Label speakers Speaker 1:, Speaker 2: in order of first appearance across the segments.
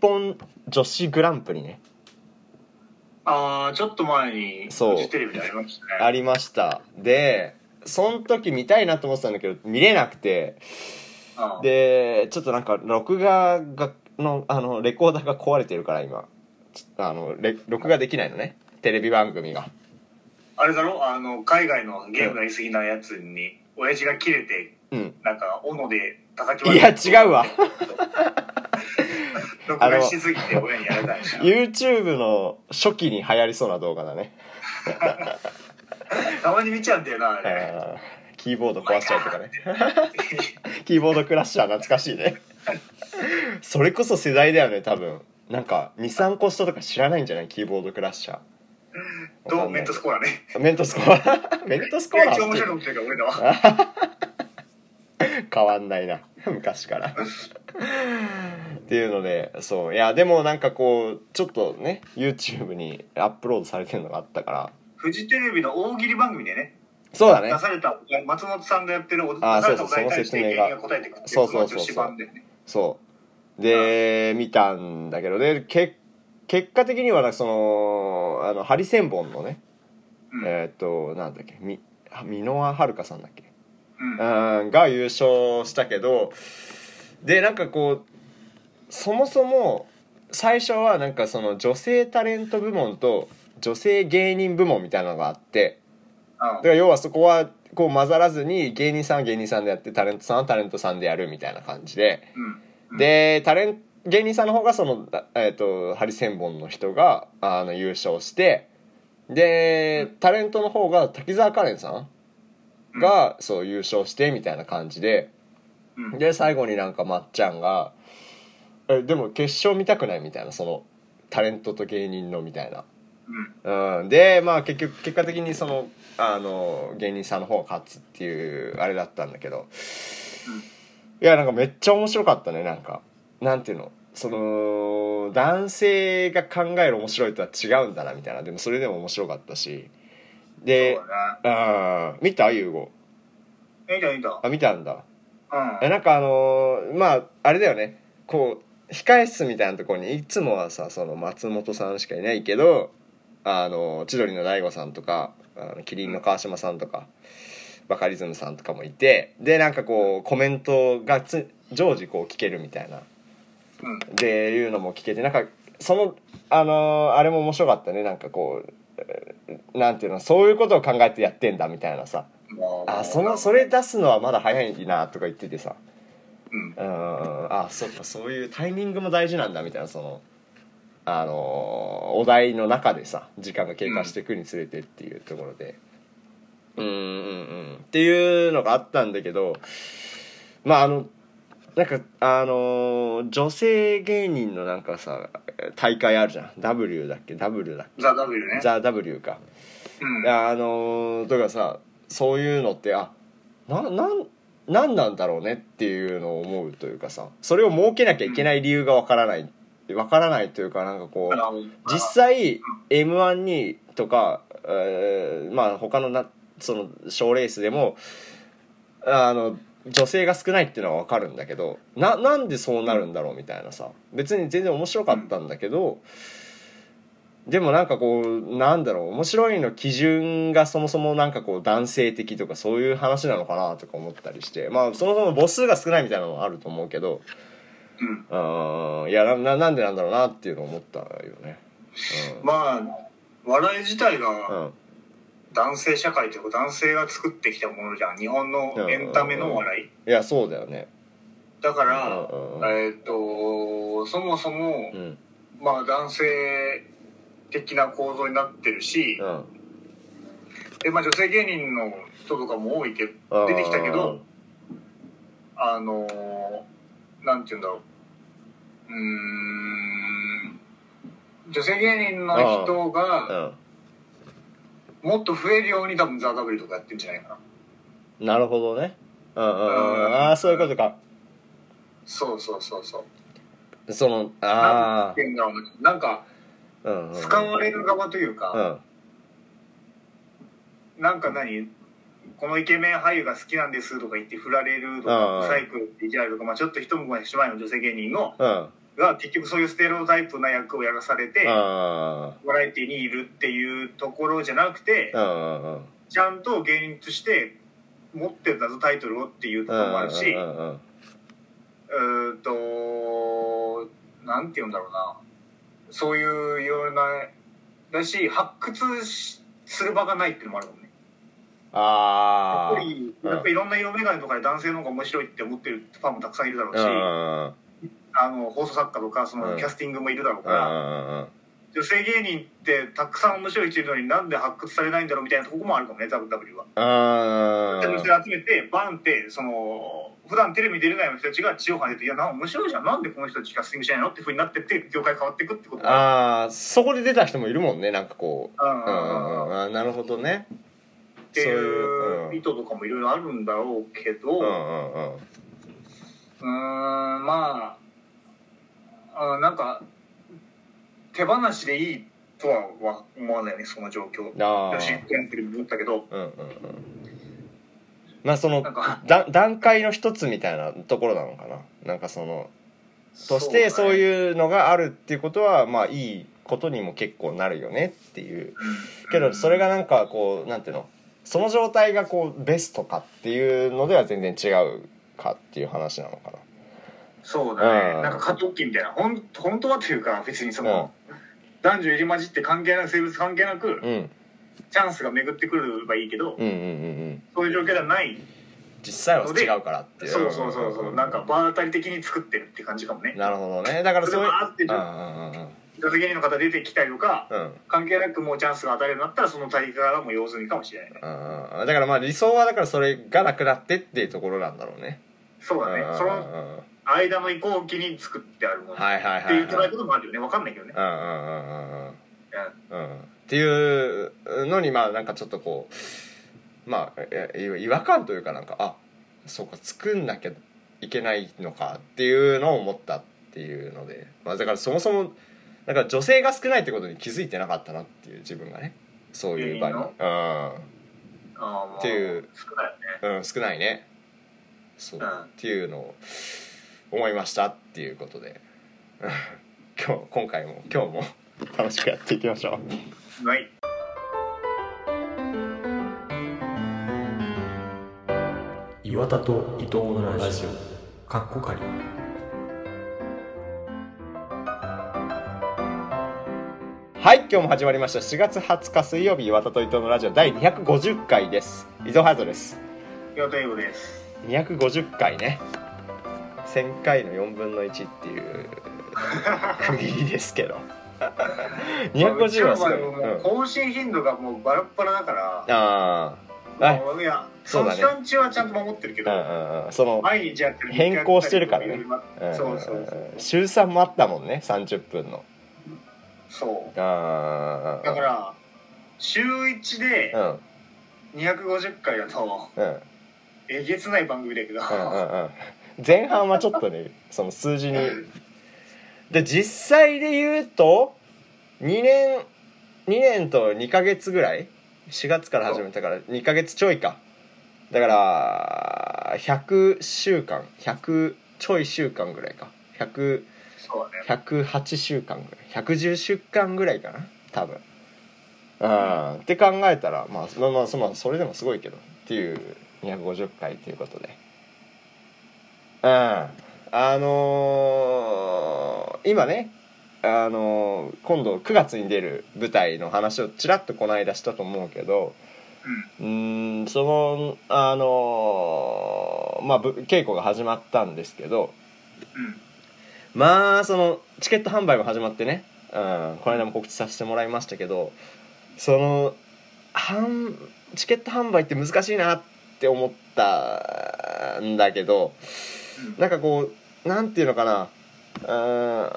Speaker 1: 本女子グランプリね
Speaker 2: ああちょっと前に
Speaker 1: そう
Speaker 2: フジテレビでありましたね
Speaker 1: ありましたでその時見たいなと思ってたんだけど見れなくて
Speaker 2: うん
Speaker 1: でちょっとなんか録画がのあのレコーダーが壊れてるから今ちょあのレ録画できないのねテレビ番組が
Speaker 2: あれだろあの海外のゲームが言い過ぎなやつに親父が切れて
Speaker 1: うん
Speaker 2: なんか斧で叩き
Speaker 1: い
Speaker 2: 割
Speaker 1: や
Speaker 2: れて
Speaker 1: 違うわ
Speaker 2: 録画しすぎて親にやられたんでしょ
Speaker 1: YouTube の初期に流行りそうな動画だね
Speaker 2: たまに見ちゃうんだよなあれ
Speaker 1: あーキーボード壊しちゃうとかねキーボードクラッシャー懐かしいねそれこそ世代だよね多分なんか23個下とか知らないんじゃないキーボードクラッシャーわ
Speaker 2: と
Speaker 1: かんな
Speaker 2: メ
Speaker 1: い
Speaker 2: ントスコアね
Speaker 1: メントスコ アメントスコア
Speaker 2: めっちゃ面白いと
Speaker 1: は
Speaker 2: 思ってるから俺のは
Speaker 1: 変わんないな昔からっていうのでそういやでもなんかこうちょっとね YouTube にアップロードされてるのがあったから
Speaker 2: フジテレビの大喜利番組でね
Speaker 1: そうだね
Speaker 2: 出された松本さんがやってるお出
Speaker 1: あー
Speaker 2: されたお
Speaker 1: そうそう
Speaker 2: 題に対して
Speaker 1: その説
Speaker 2: 芸
Speaker 1: 明
Speaker 2: 人
Speaker 1: が
Speaker 2: が答えてくっていう
Speaker 1: そうそうそうそう
Speaker 2: 女子版でね
Speaker 1: そうで見たんだけどでけ結果的にはなんかそのあのハリセンボンのね、
Speaker 2: うん
Speaker 1: えーっ、となんだっけみあ箕輪はるかさんだっけ
Speaker 2: うん
Speaker 1: うんが優勝したけどでなんかこうそもそも最初はなんかその女性タレント部門と女性芸人部門みたいなのがあってだから要はそこはこう混ざらずに芸人さんは芸人さんでやってタレントさんはタレントさんでやるみたいな感じで。
Speaker 2: うんうん
Speaker 1: でタレン芸人さんの方がその、だえー、とハリセンボンの人があの優勝してでタレントの方が滝沢カレンさんが、そう優勝してみたいな感じで
Speaker 2: うん
Speaker 1: で最後になんかまっちゃんが「えでも決勝見たくない」みたいなそのタレントと芸人のみたいな。
Speaker 2: うん
Speaker 1: うん、でまあ結局結果的にそのあの芸人さんの方が勝つっていうあれだったんだけど、いやなんかめっちゃ面白かったねなんかなんていうのその男性が考える面白いとは違うんだなみたいなでもそれでも面白かったしで
Speaker 2: そうだね
Speaker 1: あ見たユーゴ
Speaker 2: いいんだいいんだ
Speaker 1: あ見たんだ
Speaker 2: うん
Speaker 1: えなんかあのーまああれだよねこう控室みたいなところにいつもはさその松本さんしかいないけどあの千鳥の大悟さんとかあのキリンの川島さんとかバカリズムさんとかもいてでなんかこうコメントがつ常時こう聞けるみたいな
Speaker 2: うん
Speaker 1: でいうのも聞けてなんかそのあのーあれも面白かったねなんかこうえーなんていうのそういうことを考えてやってんだみたいなさあそのそれ出すのはまだ早いなとか言っててさ
Speaker 2: う
Speaker 1: う
Speaker 2: ん
Speaker 1: んあそっかそういうタイミングも大事なんだみたいなそのあのーお題の中でさ時間が経過していくにつれてっていうところでうんうんうんっていうのがあったんだけどまああのなんかあのー女性芸人のなんかさ大会あるじゃん W だっけ W だっ
Speaker 2: ザ・ W ね
Speaker 1: けザ・ W か
Speaker 2: うん
Speaker 1: あのとかさそういうのってあななんなんなんだろうねっていうのを思うというかさそれを設けなきゃいけない理由がわからないわからないというかなんかこ
Speaker 2: あ
Speaker 1: う
Speaker 2: の
Speaker 1: 実際 m 1にとか、えーまあ他のなその賞レースでもあの女性が少ないっていうのはわかるんだけどななんでそうなるんだろうみたいなさ別に全然面白かったんだけど、でもなんかこうなんだろう面白いの基準がそもそもなんかこう男性的とかそういう話なのかなとか思ったりしてまあそもそも母数が少ないみたいなのもあると思うけど
Speaker 2: うん
Speaker 1: うんいやなななんでなんだろうなっていうのを思ったよね。うん
Speaker 2: まあ笑い自体
Speaker 1: う
Speaker 2: が
Speaker 1: ん
Speaker 2: 男性社会というか男性が作ってきたものじゃん日本のエンタメの笑い
Speaker 1: いやそうだよね
Speaker 2: だか
Speaker 1: うん
Speaker 2: ら
Speaker 1: うんうん
Speaker 2: えっとそもそも
Speaker 1: うん
Speaker 2: まあ男性的な構造になってるし
Speaker 1: うん
Speaker 2: でまあ女性芸人の人とかも多いけど
Speaker 1: うん
Speaker 2: 出てきたけどあのーなんて言うんだろう。うーん。女性芸人の人
Speaker 1: う
Speaker 2: が
Speaker 1: ん
Speaker 2: もっと増えるように多分ザ・ダブリとかやってんじゃないかな。
Speaker 1: なるほどねうんうんうん
Speaker 2: うん
Speaker 1: ああそういうことか
Speaker 2: そうそうそうそう。
Speaker 1: その
Speaker 2: なん
Speaker 1: あ
Speaker 2: て言うんだろうねなんか、
Speaker 1: あうんうんうん
Speaker 2: 使われる側という
Speaker 1: う
Speaker 2: か、
Speaker 1: ん
Speaker 2: なんか何このイケメン俳優が好きなんですとか言って振られると
Speaker 1: うん
Speaker 2: か、サイクルっていじられるとか、まあちょっと一昔前の女性芸人の
Speaker 1: うん
Speaker 2: が結局そういうステレオタイプな役をやらされて
Speaker 1: あ
Speaker 2: バラエティにいるっていうところじゃなくて
Speaker 1: あうんうんうん
Speaker 2: ちゃんと芸人として持ってたぞタイトルをっていうところもあるし
Speaker 1: うんうんうん
Speaker 2: うーんとなんて言うんだろうなそういういろんなだし発掘しする場がないっていうのもあるもんねや
Speaker 1: あ
Speaker 2: っ
Speaker 1: あ
Speaker 2: ぱりやっぱいろんな色眼鏡とかで男性の方が面白いって思ってるファンもたくさんいるだろうし、
Speaker 1: うん
Speaker 2: あの放送作家とかそ
Speaker 1: うん
Speaker 2: のキャスティングもいるだろう
Speaker 1: う
Speaker 2: から、
Speaker 1: んうん
Speaker 2: 女性芸人ってたくさん面白い人いるのになんで発掘されないんだろうみたいなとこもあるかもね WW は。
Speaker 1: あ
Speaker 2: 女性集めてバンってその普段テレビに出れない人たちが地上波に出て「いやなんか面白いじゃんなんでこの人たちキャスティングしないの?」ってふうになってって業界変わっていくってことだ
Speaker 1: あーそこで出た人もいるもんねなんかこう
Speaker 2: うん
Speaker 1: う
Speaker 2: うんんうんうんっ
Speaker 1: あーなるほどね
Speaker 2: て
Speaker 1: そう
Speaker 2: いう
Speaker 1: いう
Speaker 2: 意図とかもいろいろあるんだろうけど。
Speaker 1: うんうんうん
Speaker 2: うーんまああなんか手放しでいいとはわ思わないよねその状況
Speaker 1: ああ
Speaker 2: よしってやってる思ったけど
Speaker 1: うんうんうんまあその
Speaker 2: なんか
Speaker 1: だ段階の一つみたいなところなのかななんかそのとしてそう
Speaker 2: う
Speaker 1: いうのがあるっていうことはまあいいことにも結構なるよねっていうけどそれがなんかこうなんていうのその状態がこうベストかっていうのでは全然違うかっていう話なのかな
Speaker 2: そうだ
Speaker 1: うん
Speaker 2: ねなんか過渡期みたいなほん本当はというか別にそ
Speaker 1: うん
Speaker 2: の、男女入り混じって関係なく生物関係なく
Speaker 1: うん
Speaker 2: チャンスが巡ってくればいいけど
Speaker 1: うんうんうんうん
Speaker 2: そういう状況ではない
Speaker 1: 実際は違うからっていう
Speaker 2: そうそうそうそうなんか場当たり的に作ってるって感じかもね
Speaker 1: なるほどねだから
Speaker 2: それ
Speaker 1: そういう
Speaker 2: があって
Speaker 1: うんう
Speaker 2: 女
Speaker 1: んうん
Speaker 2: 性芸人の方出てきたりとか
Speaker 1: うんうん
Speaker 2: 関係なくもうチャンスが与えるようになったらその大会からもう様子見かもしれないね
Speaker 1: うんうんだからまあ理想はだからそれがなくなってっていうところなんだろうね
Speaker 2: そう
Speaker 1: う
Speaker 2: だ
Speaker 1: んうん
Speaker 2: ね
Speaker 1: う
Speaker 2: その
Speaker 1: んうん
Speaker 2: 間の移行期に作ってあるもの
Speaker 1: はいはいはいはい
Speaker 2: っていう捉えこともあるよねわかんないけどね
Speaker 1: うんうんうんうんうんうんっていうのにまあなんかちょっとこうまあえ違和感というかなんかあそうか作んなきゃいけないのかっていうのを思ったっていうので、まあ、だからそもそもなんか女性が少ないってことに気づいてなかったなっていう自分がねそういう場に、
Speaker 2: 芸人あーまあ
Speaker 1: っていう
Speaker 2: 少ないよね
Speaker 1: うん、うん、少ないねそう、
Speaker 2: うん
Speaker 1: っていうのを思いましたっていうことで 今日今回も今日も楽しくやっていきましょう。
Speaker 2: はい
Speaker 3: 岩田と伊藤のラジオかっこかり
Speaker 1: はい今日も始まりました4月20日水曜日岩田と伊藤のラジオ第250回です伊藤ハートです
Speaker 2: 岩田英語です
Speaker 1: 250回ね1000回の4分の1っていう 区切りですけど250はすご
Speaker 2: まあう
Speaker 1: い、
Speaker 2: ちの場合
Speaker 1: う、
Speaker 2: はもうん更新頻度がもうバラッバラだから
Speaker 1: ああはい
Speaker 2: もういや
Speaker 1: そうだね
Speaker 2: 期間中はちゃんと守ってるけ
Speaker 1: う
Speaker 2: ど
Speaker 1: んうんうんその
Speaker 2: 毎日やってる
Speaker 1: 変更してるからねうん
Speaker 2: そうそうそう
Speaker 1: 週3もあったもんね30分の
Speaker 2: そう
Speaker 1: ああ
Speaker 2: だから週1で
Speaker 1: うん
Speaker 2: 250回だと
Speaker 1: うん
Speaker 2: えげつない番組だけど
Speaker 1: うんうんうん前半はちょっとねその数字にで実際で言うと2年2年と2ヶ月ぐらい4月から始めたから2ヶ月ちょいかだから100週間100ちょい週間ぐらいか100
Speaker 2: そうだね
Speaker 1: 108週間ぐらい110週間ぐらいかな多分うんって考えたらまあまあまあそまあそれでもすごいけどっていう250回ということでうんあのー今ねあのー今度9月に出る舞台の話をちらっとこの間したと思うけどうーんそのあのーまあぶ稽古が始まったんですけど、
Speaker 2: うんうん
Speaker 1: まあそのチケット販売も始まってね、うん、この間も告知させてもらいましたけどその販チケット販売って難しいなって思ったんだけど
Speaker 2: うん
Speaker 1: なんかこうなんていうのかなうん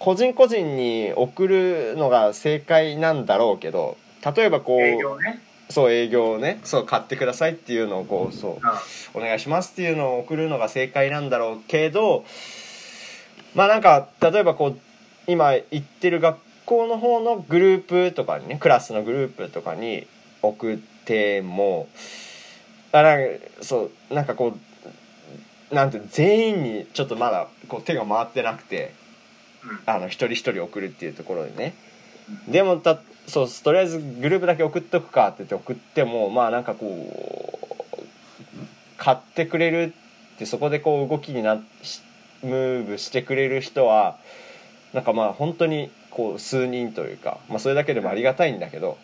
Speaker 1: 個人個人に送るのが正解なんだろうけど例えばこ
Speaker 2: 営
Speaker 1: う
Speaker 2: 業ね
Speaker 1: そう営業をねそう買ってくださいっていうのをこうそう
Speaker 2: あ
Speaker 1: お願いしますっていうのを送るのが正解なんだろうけどまあなんか例えばこう今行ってる学校の方のグループとかにねクラスのグループとかに送ってもあなんかそうなんかこうなんて全員にちょっとまだこう手が回ってなくてあの一人一人送るっていうところでねでもたそうっすとりあえずグループだけ送っとくかって言って送ってもまあなんかこう買ってくれるってそこでこう動きになしムーブしてくれる人はなんかまあ本当にこう数人というか、まあ、それだけでもありがたいんだけど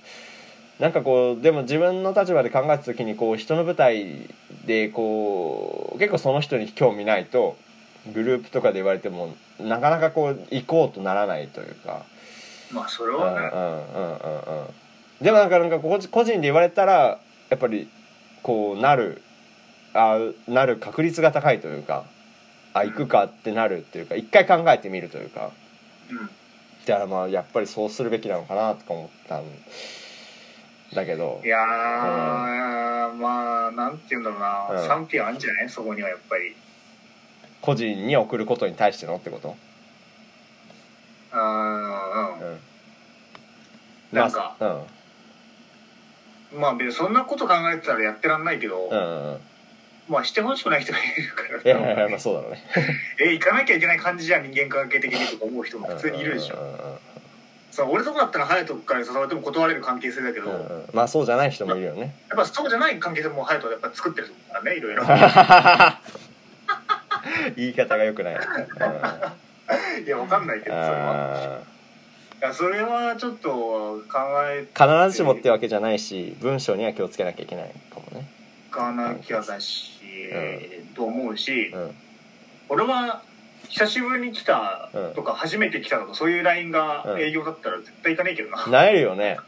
Speaker 1: なんかこうでも自分の立場で考えた時にこう人の舞台でこう結構その人に興味ないとグループとかで言われてもなかなかこう行こうとならないというか。
Speaker 2: まあそれ
Speaker 1: うんうんうん
Speaker 2: はね
Speaker 1: うんうんでもなんかなんか個人個人で言われたらやっぱりこうなるあなる確率が高いというかあ行くかってなるっていうか一回考えてみるというか
Speaker 2: うん
Speaker 1: だからまあやっぱりそうするべきなのかなとか思ったんだけど
Speaker 2: いやー、まあなんて言うんだろうな、
Speaker 1: うん
Speaker 2: 賛否あるんじゃないそこにはやっぱり
Speaker 1: 個人に送ることに対してのってこと、
Speaker 2: うん
Speaker 1: うん、
Speaker 2: なんか
Speaker 1: まあ
Speaker 2: うんまあ別にそんなこと考えてたらやってらんないけ
Speaker 1: う
Speaker 2: ど、
Speaker 1: んうんうんうん
Speaker 2: まあしてほしくない人がいるから
Speaker 1: いやいやいやまあそうだろうね
Speaker 2: え行かなきゃいけない感じじゃん人間関係的にとか思う人も普通にいるでしょ、
Speaker 1: うんうんうん
Speaker 2: そう俺とかだったら隼人から誘われても断れる関係性だけど、
Speaker 1: うん
Speaker 2: やっ
Speaker 1: うんまあそうじゃない人もいるよね
Speaker 2: ぱそうじゃない関係性も隼人はやっぱ作ってると思うからねい ろいろ
Speaker 1: 言い方が良くない。うん
Speaker 2: いやわかんないけどそれはいやそれはちょっと考え
Speaker 1: 必ずしもってわけじゃないし、文章には気をつけなきゃいけないかもね。
Speaker 2: かなきゃだし、と思うし、
Speaker 1: うん
Speaker 2: 俺は久しぶりに来たとか初めて来たとかそういう LINE が営業だったら絶対行かねえけどな、
Speaker 1: なえるよね。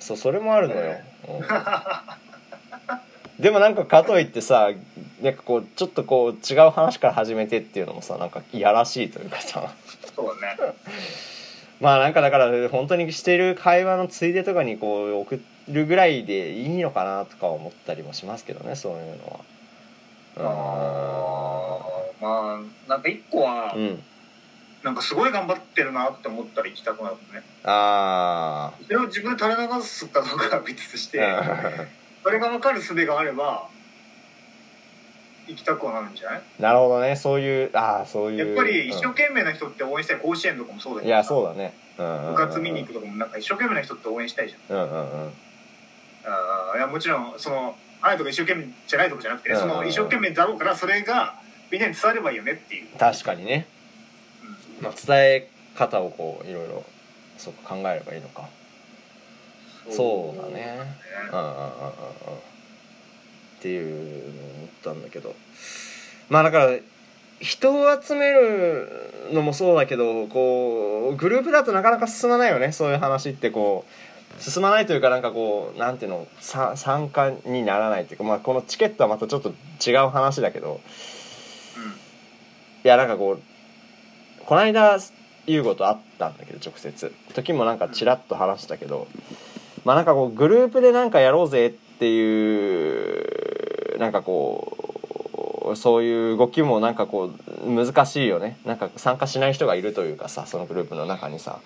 Speaker 1: そう、それもあるのよ。うんでもなんかかといってさ、なんかこう、ちょっとこう、違う話から始めてっていうのもさ、なんかいやらしいというかさ。
Speaker 2: そうだね
Speaker 1: まあなんかだから、本当にしている会話のついでとかにこう、送るぐらいでいいのかなとか思ったりもしますけどね、そういうのは。
Speaker 2: あーまあなんか一個は、
Speaker 1: うん。うん
Speaker 2: なんかすごい頑張ってるなって思ったら行きたくなるね
Speaker 1: あ
Speaker 2: それを自分で垂れ流すかどうかは別とし
Speaker 1: あ
Speaker 2: て、それが分かる術があれば行きたくはなるんじゃない
Speaker 1: なるほどねそういうああそういう
Speaker 2: やっぱり一生
Speaker 1: うん
Speaker 2: 懸命な人って応援したい甲子園とかもそうだけ
Speaker 1: い
Speaker 2: どさ
Speaker 1: やそうだね部
Speaker 2: 部活見に行くとかもなんか一生懸命な人って応援したいじゃん
Speaker 1: うんうんうん
Speaker 2: あーいやもちろんそのあれとか一生懸命じゃないとかじゃなくてね、
Speaker 1: うん
Speaker 2: その一生懸命だろうからそれがみんなに伝わればいいよねっていう、
Speaker 1: 確かにね、
Speaker 2: うん
Speaker 1: まあ、伝え方をこういろいろそうか考えればいいのかそうだねうんうんうんうんうんっていうのを思ったんだけどまあだから人を集めるのもそうだけどこうグループだとなかなか進まないよねそういう話ってこう進まないというかなんかこうなんていうのさ参加にならないっていうか、まあ、このチケットはまたちょっと違う話だけどいやなんかこうこないだ優吾と会ったんだけど直接時もなんかちらっと話したけどまあなんかこうグループでなんかやろうぜっていうなんかこうそういう動きもなんかこう難しいよねなんか参加しない人がいるというかさそのグループの中にさ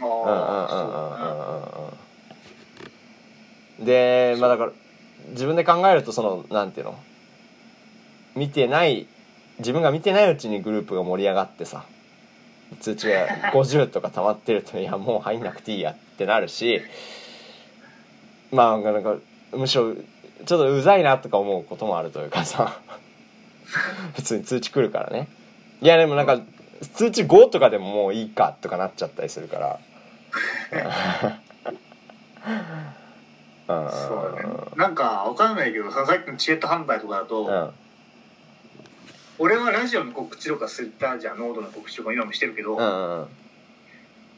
Speaker 2: うん
Speaker 1: うんうんうんうんうん
Speaker 2: ああ
Speaker 1: うんうんでまあだから自分で考えるとそのなんていうの見てない自分が見てないうちにグループが盛り上がってさ通知が50とか溜まってるといやもう入んなくていいやってなるしまあなんかむしろちょっとうざいなとか思うこともあるというかさ普通に通知来るからねいやでもなんか通知5とかでももういいかとかなっちゃったりするからうん
Speaker 2: そうそうだねなんか分かんないけどささっきのチケット販売とかだと、
Speaker 1: うん
Speaker 2: 俺はラジオの告知とかすったじゃん濃度の告知とか今もしてるけど
Speaker 1: う
Speaker 2: わ
Speaker 1: ん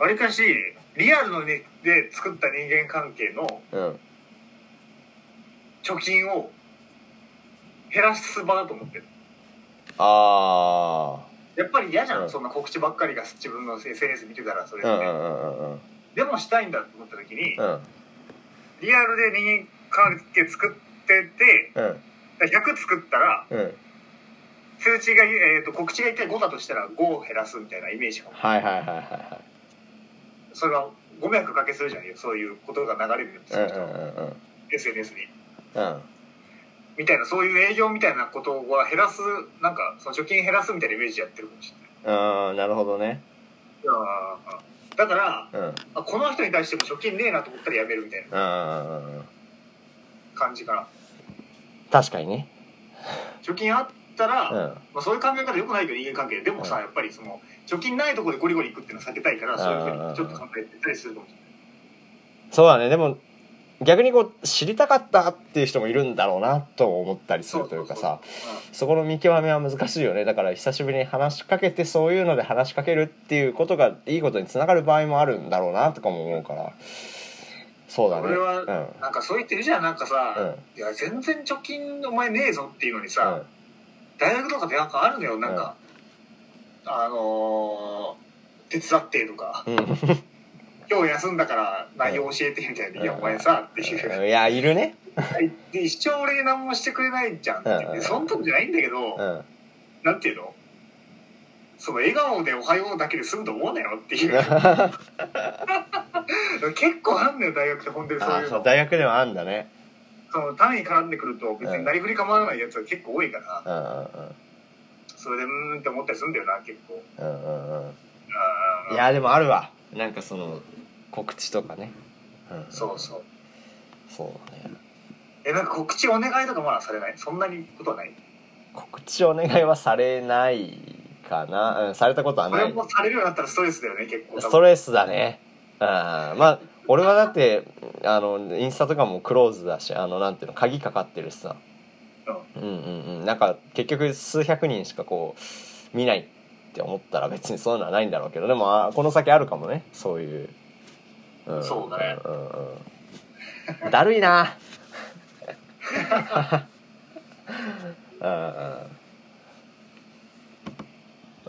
Speaker 1: うん
Speaker 2: り、かしリアルのねで作った人間関係の
Speaker 1: うん
Speaker 2: 貯金を減らす場だと思ってる
Speaker 1: あ
Speaker 2: やっぱり嫌じゃん、
Speaker 1: うん
Speaker 2: そんな告知ばっかりが自分の SNS 見てたらそれ
Speaker 1: あう
Speaker 2: で、
Speaker 1: んうんうんうんうん
Speaker 2: でもしたいんだと思った時に、
Speaker 1: うん
Speaker 2: リアルで人間関係作ってて
Speaker 1: うん
Speaker 2: 100作ったら
Speaker 1: うん
Speaker 2: 通知が、えー、と告知が1回5だとしたら5を減らすみたいなイメージが
Speaker 1: はいはいはいはいは
Speaker 2: それはご迷惑かけするじゃんよそういうことが流れるんです
Speaker 1: いうん
Speaker 2: よ、
Speaker 1: うんうんうん
Speaker 2: SNS に
Speaker 1: うん
Speaker 2: みたいなそういう営業みたいなことは減らすなんかその貯金減らすみたいなイメージでやってるかもしれない
Speaker 1: あーなるほどね
Speaker 2: あーだから
Speaker 1: うん
Speaker 2: あこの人に対しても貯金ねえなと思ったらやめるみたいな
Speaker 1: うん
Speaker 2: 感じから
Speaker 1: 確かにね
Speaker 2: 貯金あったら、
Speaker 1: うん
Speaker 2: まあ、そういう考え方よくないけど人間関係でもさ、
Speaker 1: うん
Speaker 2: やっぱりその貯金ないところでゴリゴリ行くっていうのは避けたいからそういうふうにちょっと考えてたりするかもしれない
Speaker 1: そうだねでも逆にこう知りたかったっていう人もいるんだろうなと思ったりするというかさそこの見極めは難しいよねだから久しぶりに話しかけてそういうので話しかけるっていうことがいいことにつながる場合もあるんだろうなとかも思うからそうだね
Speaker 2: 俺は
Speaker 1: うん
Speaker 2: なんかそう言ってるじゃんなんかさ、
Speaker 1: うん
Speaker 2: いや全然貯金お前ねえぞっていうのに
Speaker 1: う
Speaker 2: さ、
Speaker 1: ん
Speaker 2: 大学とかでなんかあるのよなんか、あのー手伝ってとか
Speaker 1: うん
Speaker 2: 今日休んだから内容教えてみたいな、いやお前さっていう、
Speaker 1: うんいやいるね
Speaker 2: で一生俺に何もしてくれないじゃんって言って、
Speaker 1: うんうんうん
Speaker 2: そんとこじゃないんだけど、
Speaker 1: うん
Speaker 2: なんていうのその笑顔で「おはよう」だけで済むと思うなよっていう 結構あんのよ大学って本当にそう
Speaker 1: あ
Speaker 2: いう
Speaker 1: そう
Speaker 2: の
Speaker 1: 大学ではあんだね
Speaker 2: その単位絡んでくると別になりふり構わないやつが結構多いから
Speaker 1: うんうん
Speaker 2: それでうーんって思ったりするんだよな結構
Speaker 1: うんうんうん
Speaker 2: あー
Speaker 1: いやでもあるわなんかその告知とかね、うん、
Speaker 2: そうそう
Speaker 1: そうだね
Speaker 2: えなんか告知お願いとかまだされないそんなにことはない
Speaker 1: 告知お願いはされないかな、うん、されたことは
Speaker 2: こ
Speaker 1: な
Speaker 2: れ
Speaker 1: い
Speaker 2: もされるようになったらストレスだよね結構
Speaker 1: ストレスだねあまあ俺はだってあのインスタとかもクローズだしあのなんていうの鍵かかってるしさうんうんうんなんか結局数百人しかこう見ないって思ったら別にそういうのはないんだろうけどでもあこの先あるかもねそういう、ん
Speaker 2: そうだね
Speaker 1: うんうん、だるい なうん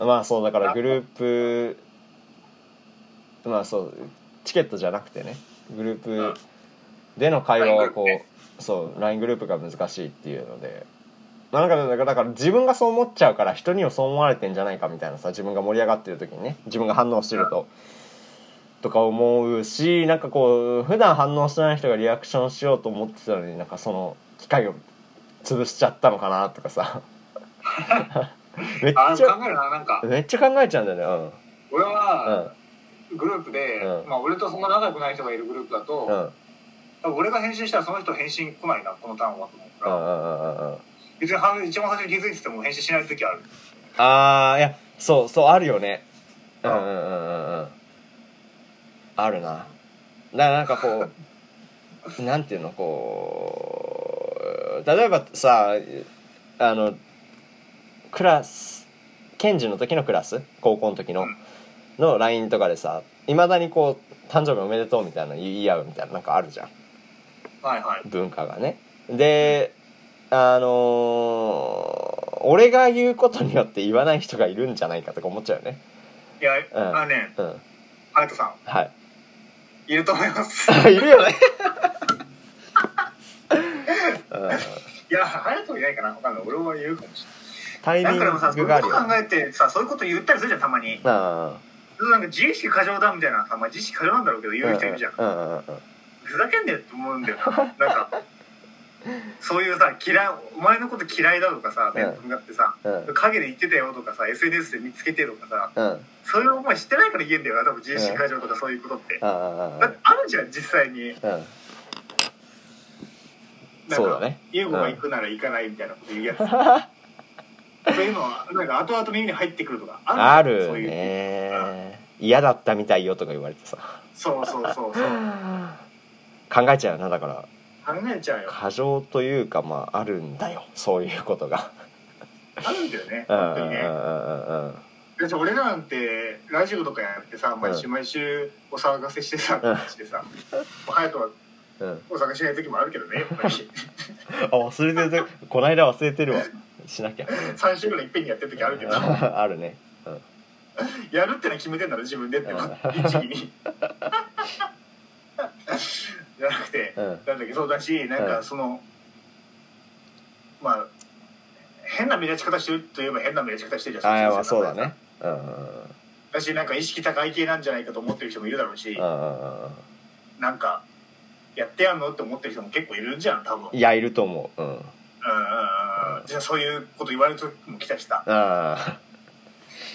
Speaker 1: うんまあそうだからグループまあそうチケットじゃなくてねグループでの会話はこ
Speaker 2: ライングループね
Speaker 1: うそう LINE グループが難しいっていうのでまあなんかだからだから自分がそう思っちゃうから人にもそう思われてんじゃないかみたいなさ自分が盛り上がってる時にね自分が反応してると。とか思うしなんかこう普段反応してない人がリアクションしようと思ってたのになんかその機会を潰しちゃったのかなとか さめっ
Speaker 2: あ
Speaker 1: ち
Speaker 2: ー
Speaker 1: ゃ
Speaker 2: 考えるななんか
Speaker 1: めっちゃ考えちゃうんだよね
Speaker 2: 俺
Speaker 1: うんう
Speaker 2: は
Speaker 1: ん
Speaker 2: グループで、
Speaker 1: うん
Speaker 2: まあ、俺とそんな仲良くない人がいるグループだと、
Speaker 1: うん
Speaker 2: 多分俺が返信したらその人返信来ないなこのターンはと思う
Speaker 1: う
Speaker 2: から、
Speaker 1: んうんうんうんうん
Speaker 2: 別に反応一番最初に気づいてても返信しない時ある
Speaker 1: あーいやそうそうあるよねうんうんうんうんうんあるなだからなんかこうなんていうのこう例えばさあのクラス検事の時のクラス高校の時の
Speaker 2: うん
Speaker 1: の LINE とかでさいまだにこう「誕生日おめでとう」みたいなの言い合うみたいななんかあるじゃん
Speaker 2: はいはい
Speaker 1: 文化がねであのー俺が言うことによって言わない人がいるんじゃないかとか思っちゃうよね
Speaker 2: いや、
Speaker 1: ん
Speaker 2: あのね
Speaker 1: うん
Speaker 2: ハヤトさ
Speaker 1: はい
Speaker 2: んいると思います
Speaker 1: いるよねうん
Speaker 2: いやハヤトいないかな分かんない俺は言うかもし
Speaker 1: タイ
Speaker 2: れな
Speaker 1: ミ
Speaker 2: い
Speaker 1: ン
Speaker 2: なんかでもさそう
Speaker 1: グ
Speaker 2: いう
Speaker 1: があ
Speaker 2: こ
Speaker 1: る
Speaker 2: と
Speaker 1: よ
Speaker 2: 考
Speaker 1: ね
Speaker 2: えてさそういうこと言ったりするじゃんたまに
Speaker 1: うん
Speaker 2: なんか自意識過剰だみたいなさ、まあ、自意識過剰なんだろうけど言う人いるじゃん、
Speaker 1: うんうんうんうん
Speaker 2: ふざけんなよって 思うんだよなんかそういうさ嫌いお前のこと嫌いだとかさ面と向かってさ、
Speaker 1: うん
Speaker 2: 影で言ってたよとかさ SNS で見つけてとかさ
Speaker 1: うんうん
Speaker 2: そういう思いしてないから言えんだよな多分自意識過剰とかそういうことって、
Speaker 1: うん
Speaker 2: だってあるじゃん実際に
Speaker 1: うんうん
Speaker 2: なん
Speaker 1: そうだ
Speaker 2: か
Speaker 1: ね
Speaker 2: 優子が行くなら行かないみたいなこと言うやつ、そういうのはなんか後々耳に入ってくるとか
Speaker 1: あ
Speaker 2: じゃん
Speaker 1: る
Speaker 2: そういう
Speaker 1: ね嫌だったみたいよとか言われてさ
Speaker 2: そうそうそうそう
Speaker 1: 考えちゃうよなだから
Speaker 2: 考えちゃうよ
Speaker 1: 過剰というかまああるんだよそういうことが
Speaker 2: あるんだよね
Speaker 1: うんうん
Speaker 2: 本当にね
Speaker 1: うんうん
Speaker 2: だって俺らなんてラジオとかやってさ毎週毎週お騒がせしてさ、
Speaker 1: うん
Speaker 2: してさ隼人は
Speaker 1: うんうん
Speaker 2: お騒がせしない時もあるけどねやっ ぱり
Speaker 1: あ忘れてるこないだ忘れてるわしなきゃ
Speaker 2: 3週ぐらいいっぺんにやってる時あるけど
Speaker 1: あるねうん
Speaker 2: やるってのは決めてんだろ自分でって
Speaker 1: うん
Speaker 2: 律儀にじゃなくて
Speaker 1: うん
Speaker 2: なんだっけそうだしなん
Speaker 1: う
Speaker 2: か
Speaker 1: ん
Speaker 2: その、まあ変な目立ち方してるといえば変な目立ち方してるじゃん
Speaker 1: あいやまあそ
Speaker 2: そっ
Speaker 1: う
Speaker 2: ちの
Speaker 1: だ
Speaker 2: 世の中
Speaker 1: ねうんうんうん
Speaker 2: だしなんか意識高い系なんじゃないかと思ってる人もいるだろうし、
Speaker 1: うんうんうん
Speaker 2: なんかやってやんのって思ってる人も結構いるじゃん多分
Speaker 1: いやいると思ううん
Speaker 2: うんうんうんうんじゃあそういうこと言われる時も来たしさ
Speaker 1: あ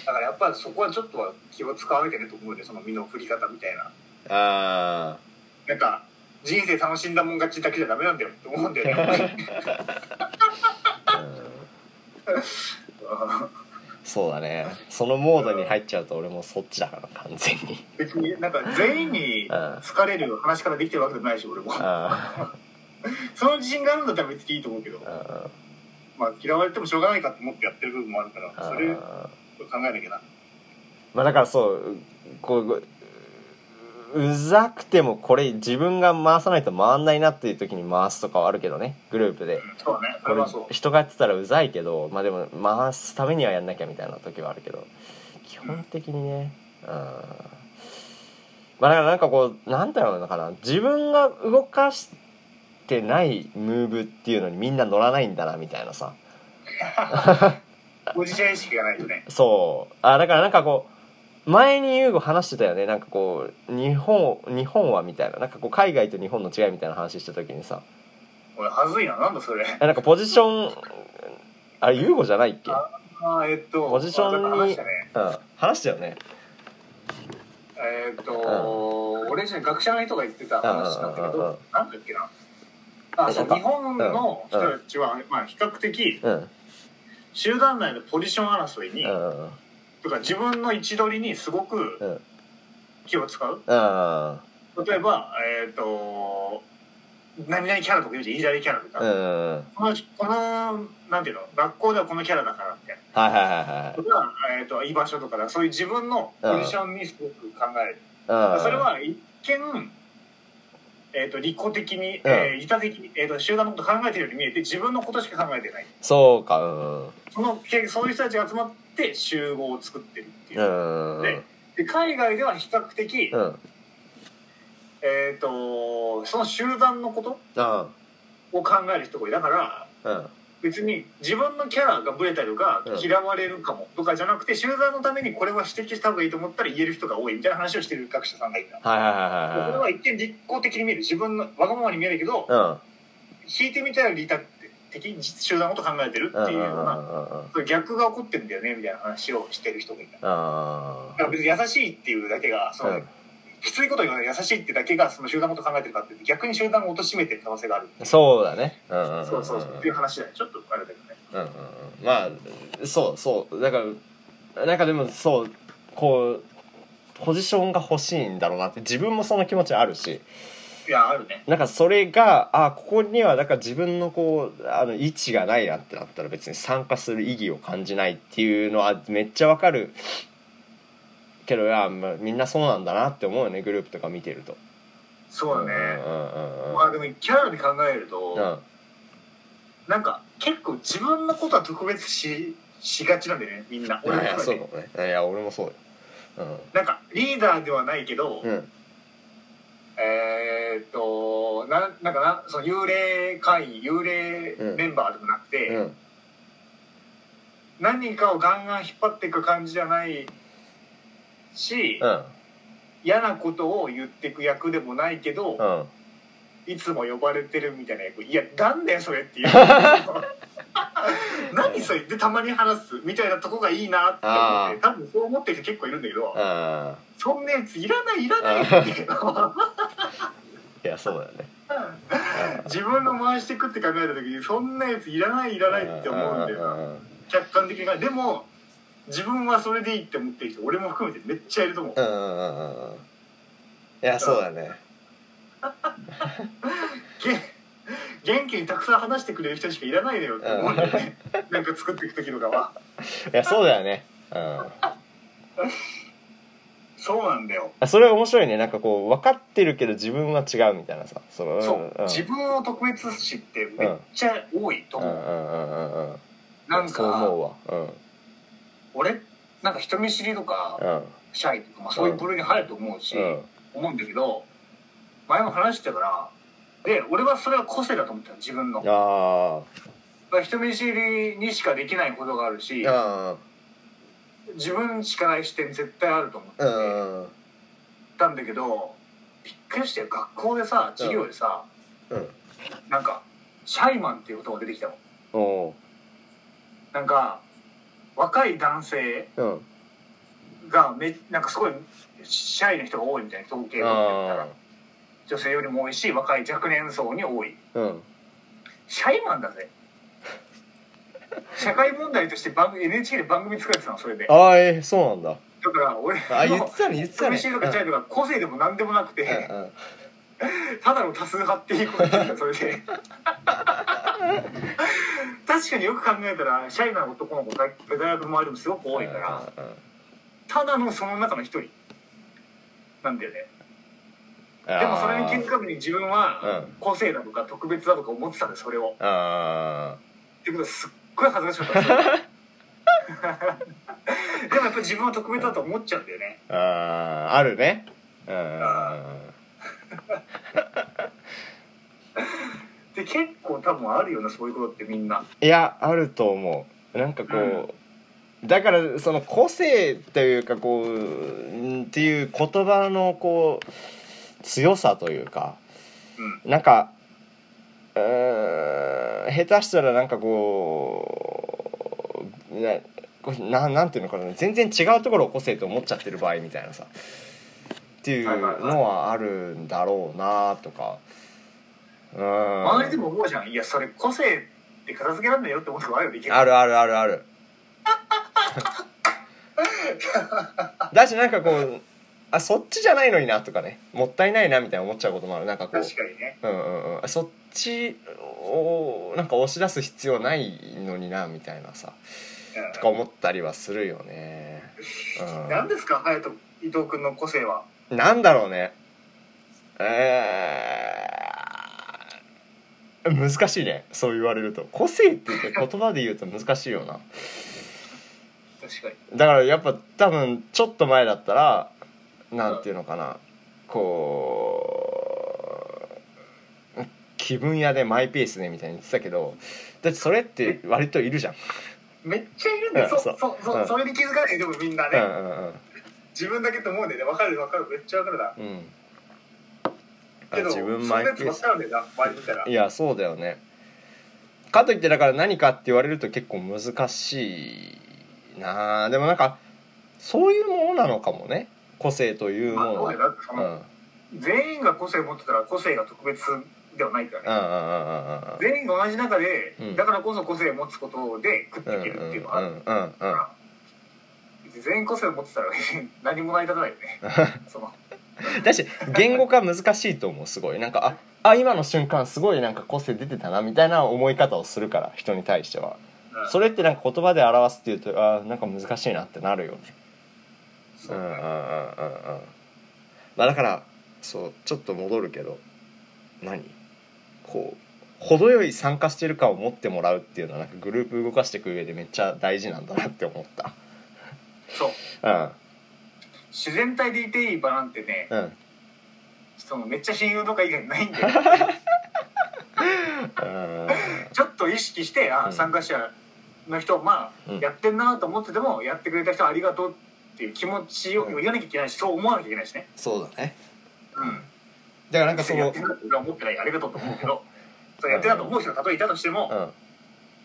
Speaker 2: だからやっぱそこはちょっとは気を使わなきゃねと思うよねその身の振り方みたいな
Speaker 1: あ
Speaker 2: なんか人生楽しんだもん勝ちだけじゃダメなんだよって思うんだよね
Speaker 1: あ、うんそうだねそのモードに入っちゃうと俺もそっちだから完全に
Speaker 2: 別になんか全員に好かれる話からできてるわけでもないし俺も
Speaker 1: あ
Speaker 2: その自信があるんだったら別にいいと思うけど
Speaker 1: あ、あ
Speaker 2: まあ、嫌われてもしょうがないかって思ってやってる部分もあるからそれを考
Speaker 1: あ
Speaker 2: えなきゃな
Speaker 1: まあだからそうこうううざくてもこれ自分が回さないと回んないなっていう時に回すとかはあるけどねグループで
Speaker 2: うんそうねそ
Speaker 1: こ
Speaker 2: れ
Speaker 1: れ
Speaker 2: はそう
Speaker 1: 人がやってたらうざいけどまあでも回すためにはやんなきゃみたいな時はあるけど基本的にねうんまあだからなんかこうなんだろうのかな自分が動かしてないムーブっていうのにみんな乗らないんだなみたいなさ
Speaker 2: ご自社意識がないとね
Speaker 1: そうあだからなんかこう前に優吾話してたよねなんかこう日本日本はみたいななんかこう海外と日本の違いみたいな話した時にさ
Speaker 2: 俺はずいななんだ それ
Speaker 1: えなんかポジションあれ優吾じゃないっけ
Speaker 2: あーえっと
Speaker 1: ポジションに
Speaker 2: あなんか話したね
Speaker 1: うん話したよね
Speaker 2: えーっと、俺じゃ学者の人が言ってた話なんだけ
Speaker 1: うんうんうんうん
Speaker 2: ど、なんだっけな。あ、そ
Speaker 1: な
Speaker 2: う、
Speaker 1: んか
Speaker 2: 日本の人たちは、まあ、比較的、
Speaker 1: うん
Speaker 2: 集団内のポジション争いに、
Speaker 1: うんうん
Speaker 2: とか自分の位置取りにすご
Speaker 1: う
Speaker 2: く
Speaker 1: ん
Speaker 2: 気を使う。
Speaker 1: うん
Speaker 2: 例えば、えーっと、何々キャラとか言うじゃん、イージャリキャラと
Speaker 1: う
Speaker 2: か。
Speaker 1: んはい
Speaker 2: この、この、なんていうの、学校ではこのキャラだからみたいな。
Speaker 1: はいはい
Speaker 2: それは、えーっと、居場所とかだ、そういう自分のポジションにすごく考える。
Speaker 1: はいうん
Speaker 2: それは一見、えー、と利己的に、えー利他的に、えー、と集団のこと考えてるように見えて自分のことしか考えてない
Speaker 1: そうかうん
Speaker 2: そのけそういう人たちが集まって集合を作ってるっていう
Speaker 1: う、んうん
Speaker 2: でで海外では比較的、
Speaker 1: うんうん
Speaker 2: えー、とその集団のこと
Speaker 1: うん
Speaker 2: を考える人が多いだから
Speaker 1: うん
Speaker 2: 別に自分のキャラがブレたりとか
Speaker 1: うん
Speaker 2: 嫌われるかもとかじゃなくて集団のためにこれは指摘した方がいいと思ったら言える人が多いみたいな話をしてる学者さんがいた。
Speaker 1: はいはい
Speaker 2: こ
Speaker 1: はいは
Speaker 2: れはい一見立候的に見える自分のわがままに見えるけど、
Speaker 1: うん
Speaker 2: 引いてみたら利他的に集団のこと考えてる
Speaker 1: うん
Speaker 2: っていううん
Speaker 1: う
Speaker 2: ようんな
Speaker 1: うんうん
Speaker 2: それ逆が起こってるんだよねみたいな話をしてる人がいただ
Speaker 1: あ
Speaker 2: から別に優しいっていうだけがその、
Speaker 1: うん
Speaker 2: きついこと言わない優しいってだけがその集団のこと考えてるかって逆に集団を貶めてる可能性がある
Speaker 1: あそうだねうんうんんん
Speaker 2: そうそうそうっていう話だよちょっとあれだけどね
Speaker 1: うんうんうんまあそうそうだからなんかでもそうこうポジションが欲しいんだろうなって自分もその気持ちあるし
Speaker 2: いやあるね
Speaker 1: なんかそれがあここにはだから自分のこうあの位置がないなってなったら別に参加する意義を感じないっていうのはめっちゃわかるけどいや、まあ、みんなそうなんだなって思うよねグループとか見てると。
Speaker 2: そうだ
Speaker 1: う
Speaker 2: ね、
Speaker 1: んうんうんうん
Speaker 2: まあでもキャラで考えると、
Speaker 1: うん
Speaker 2: なんか結構自分のことは特別ししがちなんだよねみんない俺も
Speaker 1: やいやそ
Speaker 2: 含
Speaker 1: う
Speaker 2: めて
Speaker 1: だねいや俺もそうよ。うん
Speaker 2: なんかリーダーではないけど、
Speaker 1: うん
Speaker 2: えーっとななんかなその幽霊会員幽霊メンバーでもなくて、
Speaker 1: うん
Speaker 2: 何かをガンガン引っ張っていく感じじゃないし、
Speaker 1: うん
Speaker 2: 嫌なことを言っていく役でもないけど、
Speaker 1: うん
Speaker 2: いつも呼ばれてるみたいな役いやなんだよそれっていう 何それでたまに話すみたいなとこがいいなって思って多分そう思ってる人結構いるんだけど、
Speaker 1: うん
Speaker 2: そんなやついらないいらないっていう
Speaker 1: いやそうだよね。
Speaker 2: 自分の回していくって考えた時にそんなやついらないいらないって思うんだよな客観的に考えでも自分はそれでいいって思ってる人俺も含めてめっちゃいると思う
Speaker 1: うんうんうんうんうんいやそうだね
Speaker 2: げ元気にたくさん話してくれる人しかいらないのよって思うんだよねなんか作っていく時とかはい
Speaker 1: やそうだよねうん
Speaker 2: そうなんだよ
Speaker 1: あそれは面白いねなんかこう分かってるけど自分は違うみたいなさその
Speaker 2: そう
Speaker 1: うん
Speaker 2: 自分を特別視ってめっちゃ多いと
Speaker 1: うんう
Speaker 2: 思
Speaker 1: ん
Speaker 2: う
Speaker 1: うんうんうん
Speaker 2: なん
Speaker 1: そう思
Speaker 2: か
Speaker 1: うわうん
Speaker 2: 俺なんか人見知りとか
Speaker 1: うん
Speaker 2: シャイとかまあそういう部類に入ると思うし
Speaker 1: うん
Speaker 2: 思うんだけど前も話してたからで俺はそれは個性だと思ってたの自分の
Speaker 1: あ
Speaker 2: 人見知りにしかできないことがあるし
Speaker 1: あ
Speaker 2: 自分しかない視点絶対あると思って
Speaker 1: うんうん
Speaker 2: たんだけどびっくりして学校でさ授業でさ、
Speaker 1: うん
Speaker 2: なんかシャイマンっていう言葉が出てきたの
Speaker 1: お
Speaker 2: なんか若い男性
Speaker 1: うん
Speaker 2: がめなんかすごいシャイな人が多いみたいな統計があったら女性よりも多いし若い若年層に多い
Speaker 1: うん
Speaker 2: シャイマンだぜ社会問題として番組 NHK で番組作られてたのそれでだ
Speaker 1: ああえー、そうなんだ
Speaker 2: から俺
Speaker 1: あ言ってたね言ってたね
Speaker 2: しいとかチャイとか個性でも何でもなくて
Speaker 1: うんうん
Speaker 2: ただの多数派っていうことだったそれで確かによく考えたらシャイな男の子大大学の周りもすごく多いから
Speaker 1: うんうんうん
Speaker 2: ただのその中の一人なんだよねでもそれに気づかずに自分は
Speaker 1: うん
Speaker 2: 個性だとか特別だとか思ってたんでそれを。
Speaker 1: あ
Speaker 2: っていうことはすっごい恥ずかしかった ですでもやっぱり自分は特別だと思っちゃうんだよね。
Speaker 1: ーあーあるねうんうんうん
Speaker 2: で結構多分あるよなそういうことってみんな。
Speaker 1: いやあると思うなんかこう、だからその個性というかこうんっていう言葉のこう強さというか
Speaker 2: うん
Speaker 1: なんかうーん下手したらなんかこうなこうななんていうのかな全然違うところを個性と思っちゃってる場合みたいなさっていうのはあるんだろうなとか。うん
Speaker 2: 周りでも思うじゃん。いやそれ個性って片付けらんないよって思うとこあるよね。結構
Speaker 1: あるあるあるあるだしなんかこうあそっちじゃないのになとかねもったいないなみたいな思っちゃうこともあるなんかこう
Speaker 2: 確かにね。
Speaker 1: うんうんうんあそっちをなんか押し出す必要ないのになみたいなさ
Speaker 2: うん
Speaker 1: とか思ったりはするよね
Speaker 2: 何ですか隼人伊藤君の個性は。
Speaker 1: うんなんだろうねえー難しいねそう言われると個性って言って言葉で言うと難しいよな
Speaker 2: 確かに。
Speaker 1: だからやっぱ多分ちょっと前だったらなんていうのかなこう気分屋でマイペースねみたいに言ってたけどだってそれって割といるじゃん。
Speaker 2: めっちゃいるんだよ。
Speaker 1: う
Speaker 2: そ
Speaker 1: ん
Speaker 2: うそう
Speaker 1: う
Speaker 2: そ
Speaker 1: ん
Speaker 2: うそれに気づかないでもみんな
Speaker 1: う
Speaker 2: ね。
Speaker 1: んうんうん
Speaker 2: 自分だけと思うんだよね。わかるわかるめっちゃわかるな。
Speaker 1: うんあ
Speaker 2: けど
Speaker 1: 自
Speaker 2: そ
Speaker 1: 分
Speaker 2: ん
Speaker 1: マ
Speaker 2: な
Speaker 1: イ
Speaker 2: やつ
Speaker 1: ペー
Speaker 2: ばっ
Speaker 1: ス
Speaker 2: かなんだよな周り見たら
Speaker 1: い。やそうだよねかといってだから何かって言われると結構難しいなあでもなんかそういうものなのかもね個性というも
Speaker 2: まあ
Speaker 1: の
Speaker 2: そう
Speaker 1: は
Speaker 2: だよだってその全員が個性持ってたら個性が特別ではないからね
Speaker 1: うんうんうんうんうんうん
Speaker 2: 全員が同じ中で、
Speaker 1: うん
Speaker 2: だからこそ個性を持つことで食っていけるっていうのはある
Speaker 1: うんうんうんうん
Speaker 2: から、全員個性を持ってたら何も成り立たないよね その
Speaker 1: だし言語化難しいと思うすごいなんかああ今の瞬間すごいなんか個性出てたなみたいな思い方をするから人に対しては
Speaker 2: うん
Speaker 1: それってなんか言葉で表すっていうとあーなんか難しいなってなるよねう
Speaker 2: そ
Speaker 1: ん
Speaker 2: う
Speaker 1: うんうんうんうん
Speaker 2: ね
Speaker 1: まあだからそうちょっと戻るけど何こう程よい参加してる感を持ってもらうっていうのはなんかグループ動かしていく上でめっちゃ大事なんだなって思った
Speaker 2: そう
Speaker 1: う
Speaker 2: 自然体でいていい場なんてね
Speaker 1: んうん
Speaker 2: そのめっちゃ親友とか以外 ないんだよちょっと意識してあ、
Speaker 1: うん
Speaker 2: 参加者の人まあ、
Speaker 1: うん
Speaker 2: やってんなと思っててもやってくれた人ありがとうっていう気持ちを
Speaker 1: うん
Speaker 2: 言わなきゃいけないし、そう思わなきゃいけないしね
Speaker 1: そうだね
Speaker 2: うん
Speaker 1: だからなんかそ
Speaker 2: 別にや
Speaker 1: の
Speaker 2: ってると俺は思ってないありがとうと思うけどそうやってたと思う人がたとえいたとしても、
Speaker 1: うん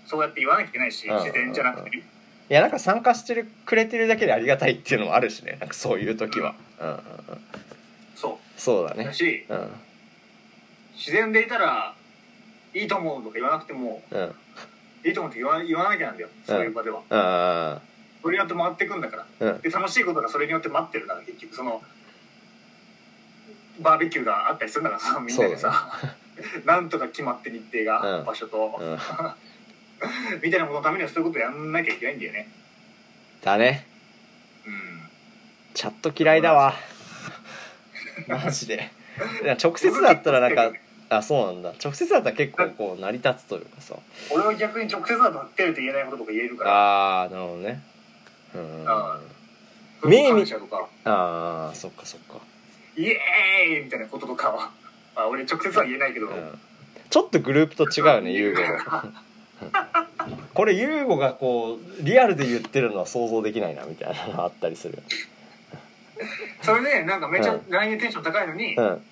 Speaker 2: そうやって言わなきゃいけないし
Speaker 1: うん
Speaker 2: 自然じゃなくてね
Speaker 1: いやなんか参加してるくれてるだけでありがたいっていうのもあるしねなんかそういう時は、うんうんうん、
Speaker 2: そ
Speaker 1: そうだ
Speaker 2: うだ
Speaker 1: ね、
Speaker 2: し
Speaker 1: うん
Speaker 2: 自然でいたら「いいと思う」とか言わなくても
Speaker 1: うん、うん
Speaker 2: 「いいと思う」って言わ言わなきゃなんだよそういう場では
Speaker 1: あ
Speaker 2: それによって回ってくんだか
Speaker 1: う
Speaker 2: ら
Speaker 1: ん
Speaker 2: で楽しいことがそれによって待ってるから結局そのバーベキューがあったりするんだからさみんなでさ なんとか決まって日程
Speaker 1: う
Speaker 2: が
Speaker 1: ん
Speaker 2: 場所と
Speaker 1: ーうん
Speaker 2: みたいなことのためにはそういうことやんなきゃいけないんだよね
Speaker 1: だね
Speaker 2: うん
Speaker 1: チャット嫌いだわマジでいや直接だったらなんかあそうなんだ直接だったら結構こう成り立つというかさ
Speaker 2: 俺は逆に直接はなってると言えないこととか言えるから
Speaker 1: ああなるほどねうんあ
Speaker 2: あそういう感謝とか
Speaker 1: あーそっかそっか、
Speaker 2: イエーイみたいなこととかは、まあ、俺直接は言えないけど、
Speaker 1: うん、ちょっとグループと違うねユーゴがこれユーゴがこうリアルで言ってるのは想像できないなみたいなのがあったりするよ
Speaker 2: それでなんかめっち
Speaker 1: う
Speaker 2: ゃ
Speaker 1: ん
Speaker 2: LINE でテンション高いのに、
Speaker 1: うん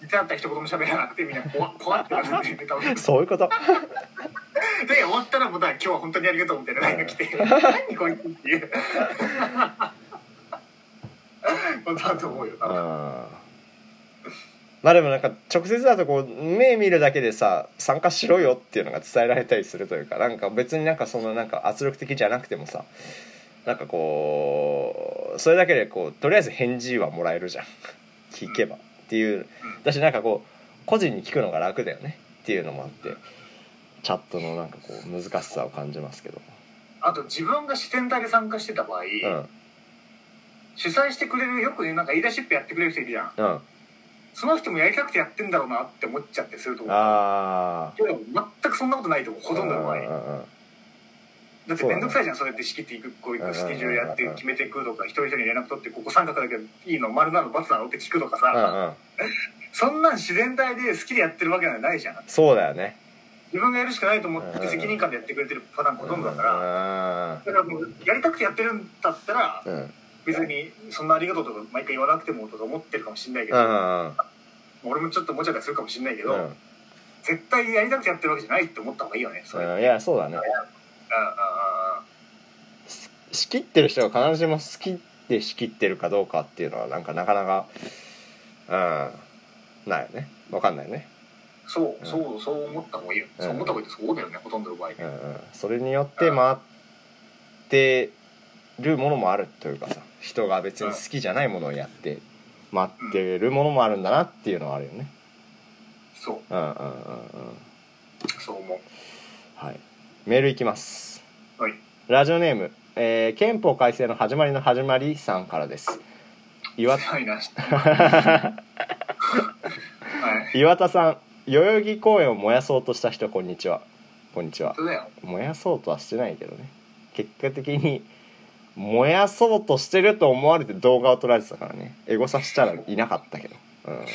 Speaker 2: 実は会った一言も喋らなくてみんな怖っ怖ってなるんだよね多分で
Speaker 1: そういうこと
Speaker 2: 終わったらまた 今日は本当にありがとうみたいな LINE が来て何こいつっていう本当だと思うよ多分
Speaker 1: あーまあでもなんか直接だとこう目見るだけでさ参加しろよっていうのが伝えられたりするというかなんか別になんかそのなんか圧力的じゃなくてもさなんかこうそれだけでこうとりあえず返事はもらえるじゃん聞けばっていうだしなんかこう個人に聞くのが楽だよねっていうのもあってチャットのなんかこう難しさを感じますけど
Speaker 2: あと自分が視点だけ参加してた場合、
Speaker 1: うん
Speaker 2: 主催してくれるよくなんか言い出しっぺやってくれる人いるじゃん
Speaker 1: うんあ
Speaker 2: その人もやりたくてやってんだろうなって思っちゃってすると思う
Speaker 1: あ
Speaker 2: けど全くそんなことないと思うほとんどの場
Speaker 1: う
Speaker 2: 合
Speaker 1: んうんうん
Speaker 2: だって面倒くさいじゃんそうやって仕切っていくこうい
Speaker 1: うん
Speaker 2: くスケジュールやって決めていくとか一人一人連絡取ってここ三角だけどいいの丸なの×なのって聞くとか
Speaker 1: う
Speaker 2: さ
Speaker 1: んうん
Speaker 2: そんなん自然体で好きでやってるわけじゃないじゃん
Speaker 1: そうだよね
Speaker 2: 自分がやるしかないと思っ
Speaker 1: うん
Speaker 2: て責任感でやってくれてるパターンほとんどだから
Speaker 1: ら
Speaker 2: だからもうやりたくてやってるんだったら
Speaker 1: うんうん
Speaker 2: 別にそんなありがとうとか毎回言わなくてもとか思ってるかもしれないけ
Speaker 1: う
Speaker 2: ど、
Speaker 1: んうんうん
Speaker 2: 俺もちょっともちゃかするかもしれないけど、
Speaker 1: うん
Speaker 2: 絶対やりたくてやってるわけじゃないって思った方がいいよねそれ、うんうん
Speaker 1: うんいやそうだね仕切ってる人が必ずしも好きで仕切ってるかどうかっていうのはなんかなかなかうんないよねわかんないね
Speaker 2: そううんそうそう思った方がいいよ、
Speaker 1: うん
Speaker 2: そう思った方がいいってそうだよねほとんどの場合、
Speaker 1: うんうんそれによって回ってるものもあるというかさ人が別に好きじゃないものをやって回ってるものもあるんだなっていうのはあるよね
Speaker 2: そう
Speaker 1: うんうんうんうん
Speaker 2: そう思
Speaker 1: はいメールいきます
Speaker 2: うはい
Speaker 1: ラジオネーム、えー憲法改正の始まりの始まりさんからです 岩
Speaker 2: 辛い なはい
Speaker 1: 岩田さん代々木公園を燃やそうとした人こんにちはこんにちは
Speaker 2: 本当だよ
Speaker 1: 燃やそうとはしてないけどね結果的に燃やそうとしてると思われて動画を撮られてたからねエゴサしたらいなかったけどうん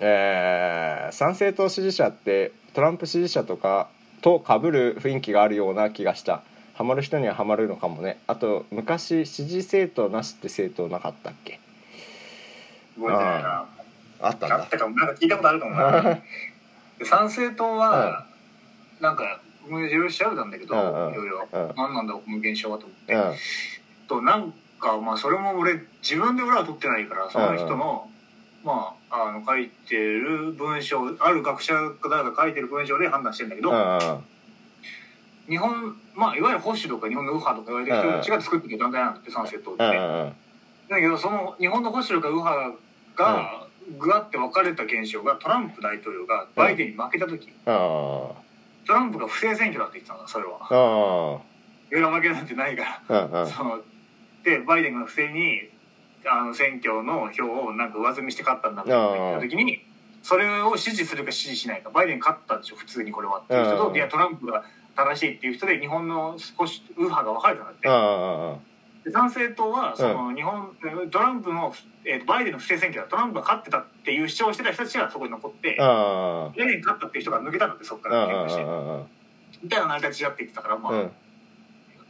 Speaker 1: えー賛成党支持者ってトランプ支持者とかと被る雰囲気があるような気がしたハマる人にはハマるのかもねあと昔支持政党なしって政党なかったっけ
Speaker 2: 覚えてないな
Speaker 1: あったん
Speaker 2: あ
Speaker 1: だ
Speaker 2: ったかもなんか聞いたことあるかもな で参政党は、なんか僕いろいろ調べたんだけど、
Speaker 1: うんうん
Speaker 2: いろいろ、
Speaker 1: うん
Speaker 2: 何なんだこの現象はと思って、
Speaker 1: うん
Speaker 2: となんかまあそれも俺自分で裏は取ってないからその人の、まああの書いてる文章ある学者が誰か書いてる文章で判断してんだけど、
Speaker 1: うん
Speaker 2: 日本まあいわゆる保守とか日本の右派とか言われてる人たちが作ってる団体なんだって参政党って
Speaker 1: うんう
Speaker 2: ね、
Speaker 1: んうん
Speaker 2: だけどその日本の保守とか右派がぐわって分かれた現象がトランプ大統領がバイデンに負けた時、
Speaker 1: うん
Speaker 2: トランプが不正選挙だって言ってたんだそれは。
Speaker 1: うん
Speaker 2: いろいろ負けなんてないから
Speaker 1: うんうん
Speaker 2: そのでバイデンが不正にあの選挙の票をなんか上積みして勝ったんだって言った時にそれを支持するか支持しないかバイデン勝ったでしょ普通にこれはっていう人
Speaker 1: う
Speaker 2: と
Speaker 1: ん
Speaker 2: いやトランプが正しいっていう人で日本の少し右派が分かれたんだって
Speaker 1: うんうん
Speaker 2: で参政党はその日本トランプの、えーとバイデンの不正選挙だトランプが勝ってたっていう主張をしてた人たちがそこに残って
Speaker 1: うんうん
Speaker 2: バイデン勝ったっていう人が抜けたんだってそこ
Speaker 1: う
Speaker 2: か
Speaker 1: んう
Speaker 2: ら
Speaker 1: んう
Speaker 2: 喧嘩して
Speaker 1: んうん
Speaker 2: みたいな成り立ちだって言ってたからまあ、
Speaker 1: うん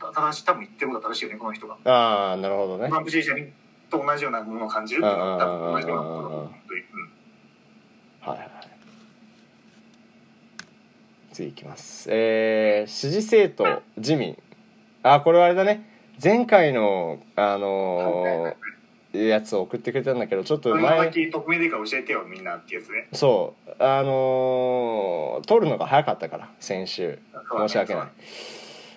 Speaker 2: 正しい多分言ってることは正しいよねこの人が。
Speaker 1: ああなるほどね
Speaker 2: トランプ支持者と同じようなものを感じるっていうのは多分同じようなことだと思
Speaker 1: は
Speaker 2: う
Speaker 1: いはいはい次いきますえー、支持政党自民あこれはあれだね前回のあのーやつを送ってくれたんだけどちょっと
Speaker 2: うん。この
Speaker 1: 前
Speaker 2: 先匿名でいいから教えてよみんなってやつね。
Speaker 1: そうあのー、撮るのが早かったから先週申し訳ない、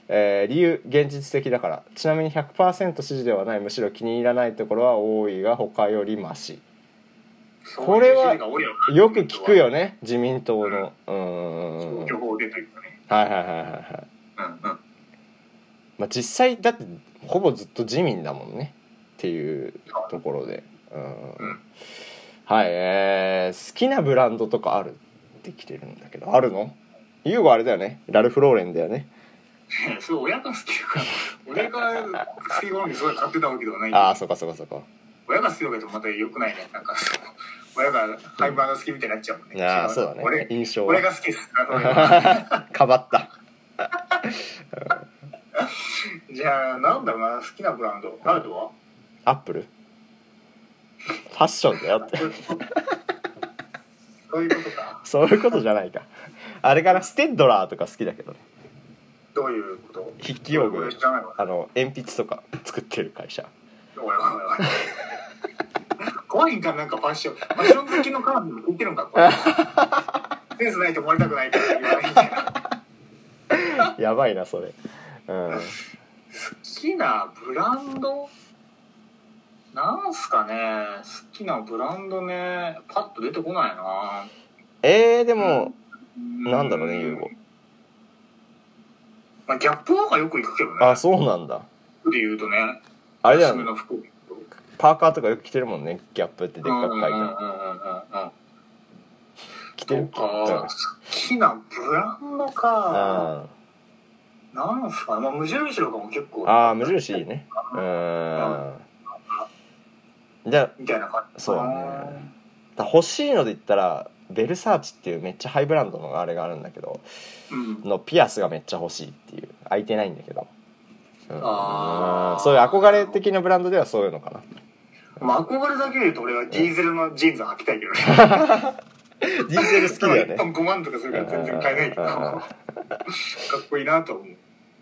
Speaker 1: えー理由現実的だからちなみに100%支持ではないむしろ気に入らないところは多いが他よりマシ
Speaker 2: そう
Speaker 1: これは
Speaker 2: そういう人が多いよ
Speaker 1: よく聞く。よね自民党のう
Speaker 2: そ
Speaker 1: ん
Speaker 2: う情報出てるからね。
Speaker 1: はいはいはいはいはい
Speaker 2: うんうん。
Speaker 1: まあ実際だってほぼずっと自民だもんねっていうところでうん、
Speaker 2: うん
Speaker 1: はいえー、好きなブランドとかあるって来てるんだけどあるのユーゴあれだよねラルフ・ローレンだよね
Speaker 2: それ親が好きだから、俺が好き好んですごい買ってたわけではないん
Speaker 1: ああ
Speaker 2: だ
Speaker 1: そうかそうかそうか
Speaker 2: 親が好きだけどまた良くないね。なんかその、親がハイバーが好きみたいになっちゃうもんね。
Speaker 1: ああ
Speaker 2: 違
Speaker 1: そうだね
Speaker 2: 俺
Speaker 1: 印象は
Speaker 2: 俺が好きですからそういうの
Speaker 1: かばった
Speaker 2: じゃあ、なんだろうな、好きなブランド。あるとは
Speaker 1: アップルファッションだよって
Speaker 2: そういうことか。
Speaker 1: そういうことじゃないかあれかなステッドラーとか好きだけどね
Speaker 2: どういうこと
Speaker 1: 筆記用具
Speaker 2: 俺知らないわ。
Speaker 1: あの鉛筆とか作ってる会社
Speaker 2: うおいおい おい。怖いんか、なんかファッション。ファッション好きの彼女も聞いてるんか、これ。センスないと思われたくないから言わないんだよ
Speaker 1: やばいなそれうん
Speaker 2: 好きなブランドなんすかね好きなブランドね、パッと出てこないな
Speaker 1: えー、でも、
Speaker 2: う
Speaker 1: なんだろうねユーゴ
Speaker 2: まあ、ギャップの方がよく行くけどね。
Speaker 1: あそうなんだ
Speaker 2: 服で言うとね。
Speaker 1: あれだよ
Speaker 2: 安め
Speaker 1: ね
Speaker 2: の服。で
Speaker 1: パーカーとかよく着てるもんねギャップってでっかく書いて
Speaker 2: うんうんうん
Speaker 1: ある
Speaker 2: うんうん。
Speaker 1: 着て
Speaker 2: と
Speaker 1: る
Speaker 2: か、好きなブランドか。
Speaker 1: あ
Speaker 2: なんすかねまあ、無印とかも結構。
Speaker 1: あー無印いいねうんじゃあ
Speaker 2: みたいな感じ。
Speaker 1: そうだねだ欲しいので言ったらベルサーチっていうめっちゃハイブランドのあれがあるんだけど
Speaker 2: うん。
Speaker 1: のピアスがめっちゃ欲しいっていう開いてないんだけど、うん
Speaker 2: あー
Speaker 1: そういう憧れ的なブランドではそういうのかな
Speaker 2: まあ、憧れだけで言うと俺はディーゼルのジーンズは履きたいけどね。
Speaker 1: ディーゼル好きだよね
Speaker 2: 一般5万とかするから全然買えないけど。
Speaker 1: うんうんうん
Speaker 2: かっこいいなと思う。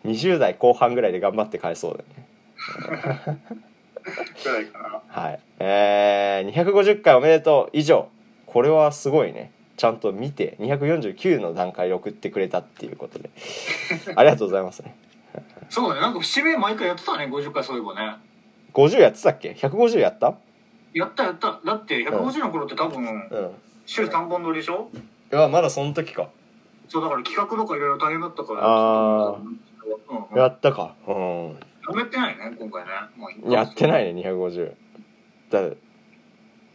Speaker 1: 20代後半ぐらいで頑張って買えそうだね
Speaker 2: ぐらいかな。
Speaker 1: はいえー、250回おめでとう以上これはすごいねちゃんと見て249の段階で送ってくれたっていうことでありがとうございますね
Speaker 2: そうだね。なんか節目毎回やってたね、50回そういえばね。
Speaker 1: 50やってたっけ150やった
Speaker 2: やったやった。だって150の頃って多分、
Speaker 1: うん
Speaker 2: 週3本撮りでしょ
Speaker 1: うわまだその時か
Speaker 2: そうだから企画とかいろいろ大変だったから。
Speaker 1: あー
Speaker 2: うんうん
Speaker 1: やったかうん
Speaker 2: やめてないね、今回ね。もう。
Speaker 1: やってないいね250だ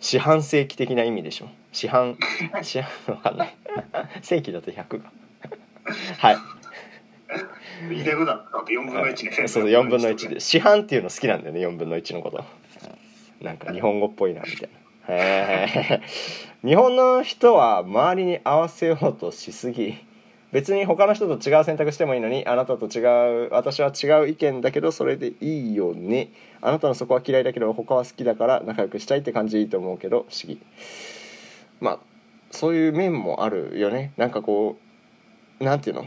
Speaker 1: 四半世紀的な意味でしょ四半四半わかんない世紀だと100がはい
Speaker 2: 言いたいことだった。4分の1 ね。
Speaker 1: そうそう4分の1で。四半っていうの好きなんだよね4分の1のことなんか日本語っぽいなみたいなへえ日本の人は周りに合わせようとしすぎ別に他の人と違う選択してもいいのにあなたと違う私は違う意見だけどそれでいいよねあなたのそこは嫌いだけど他は好きだから仲良くしたいって感じでいいと思うけど不思議まあそういう面もあるよねなんかこうなんていうの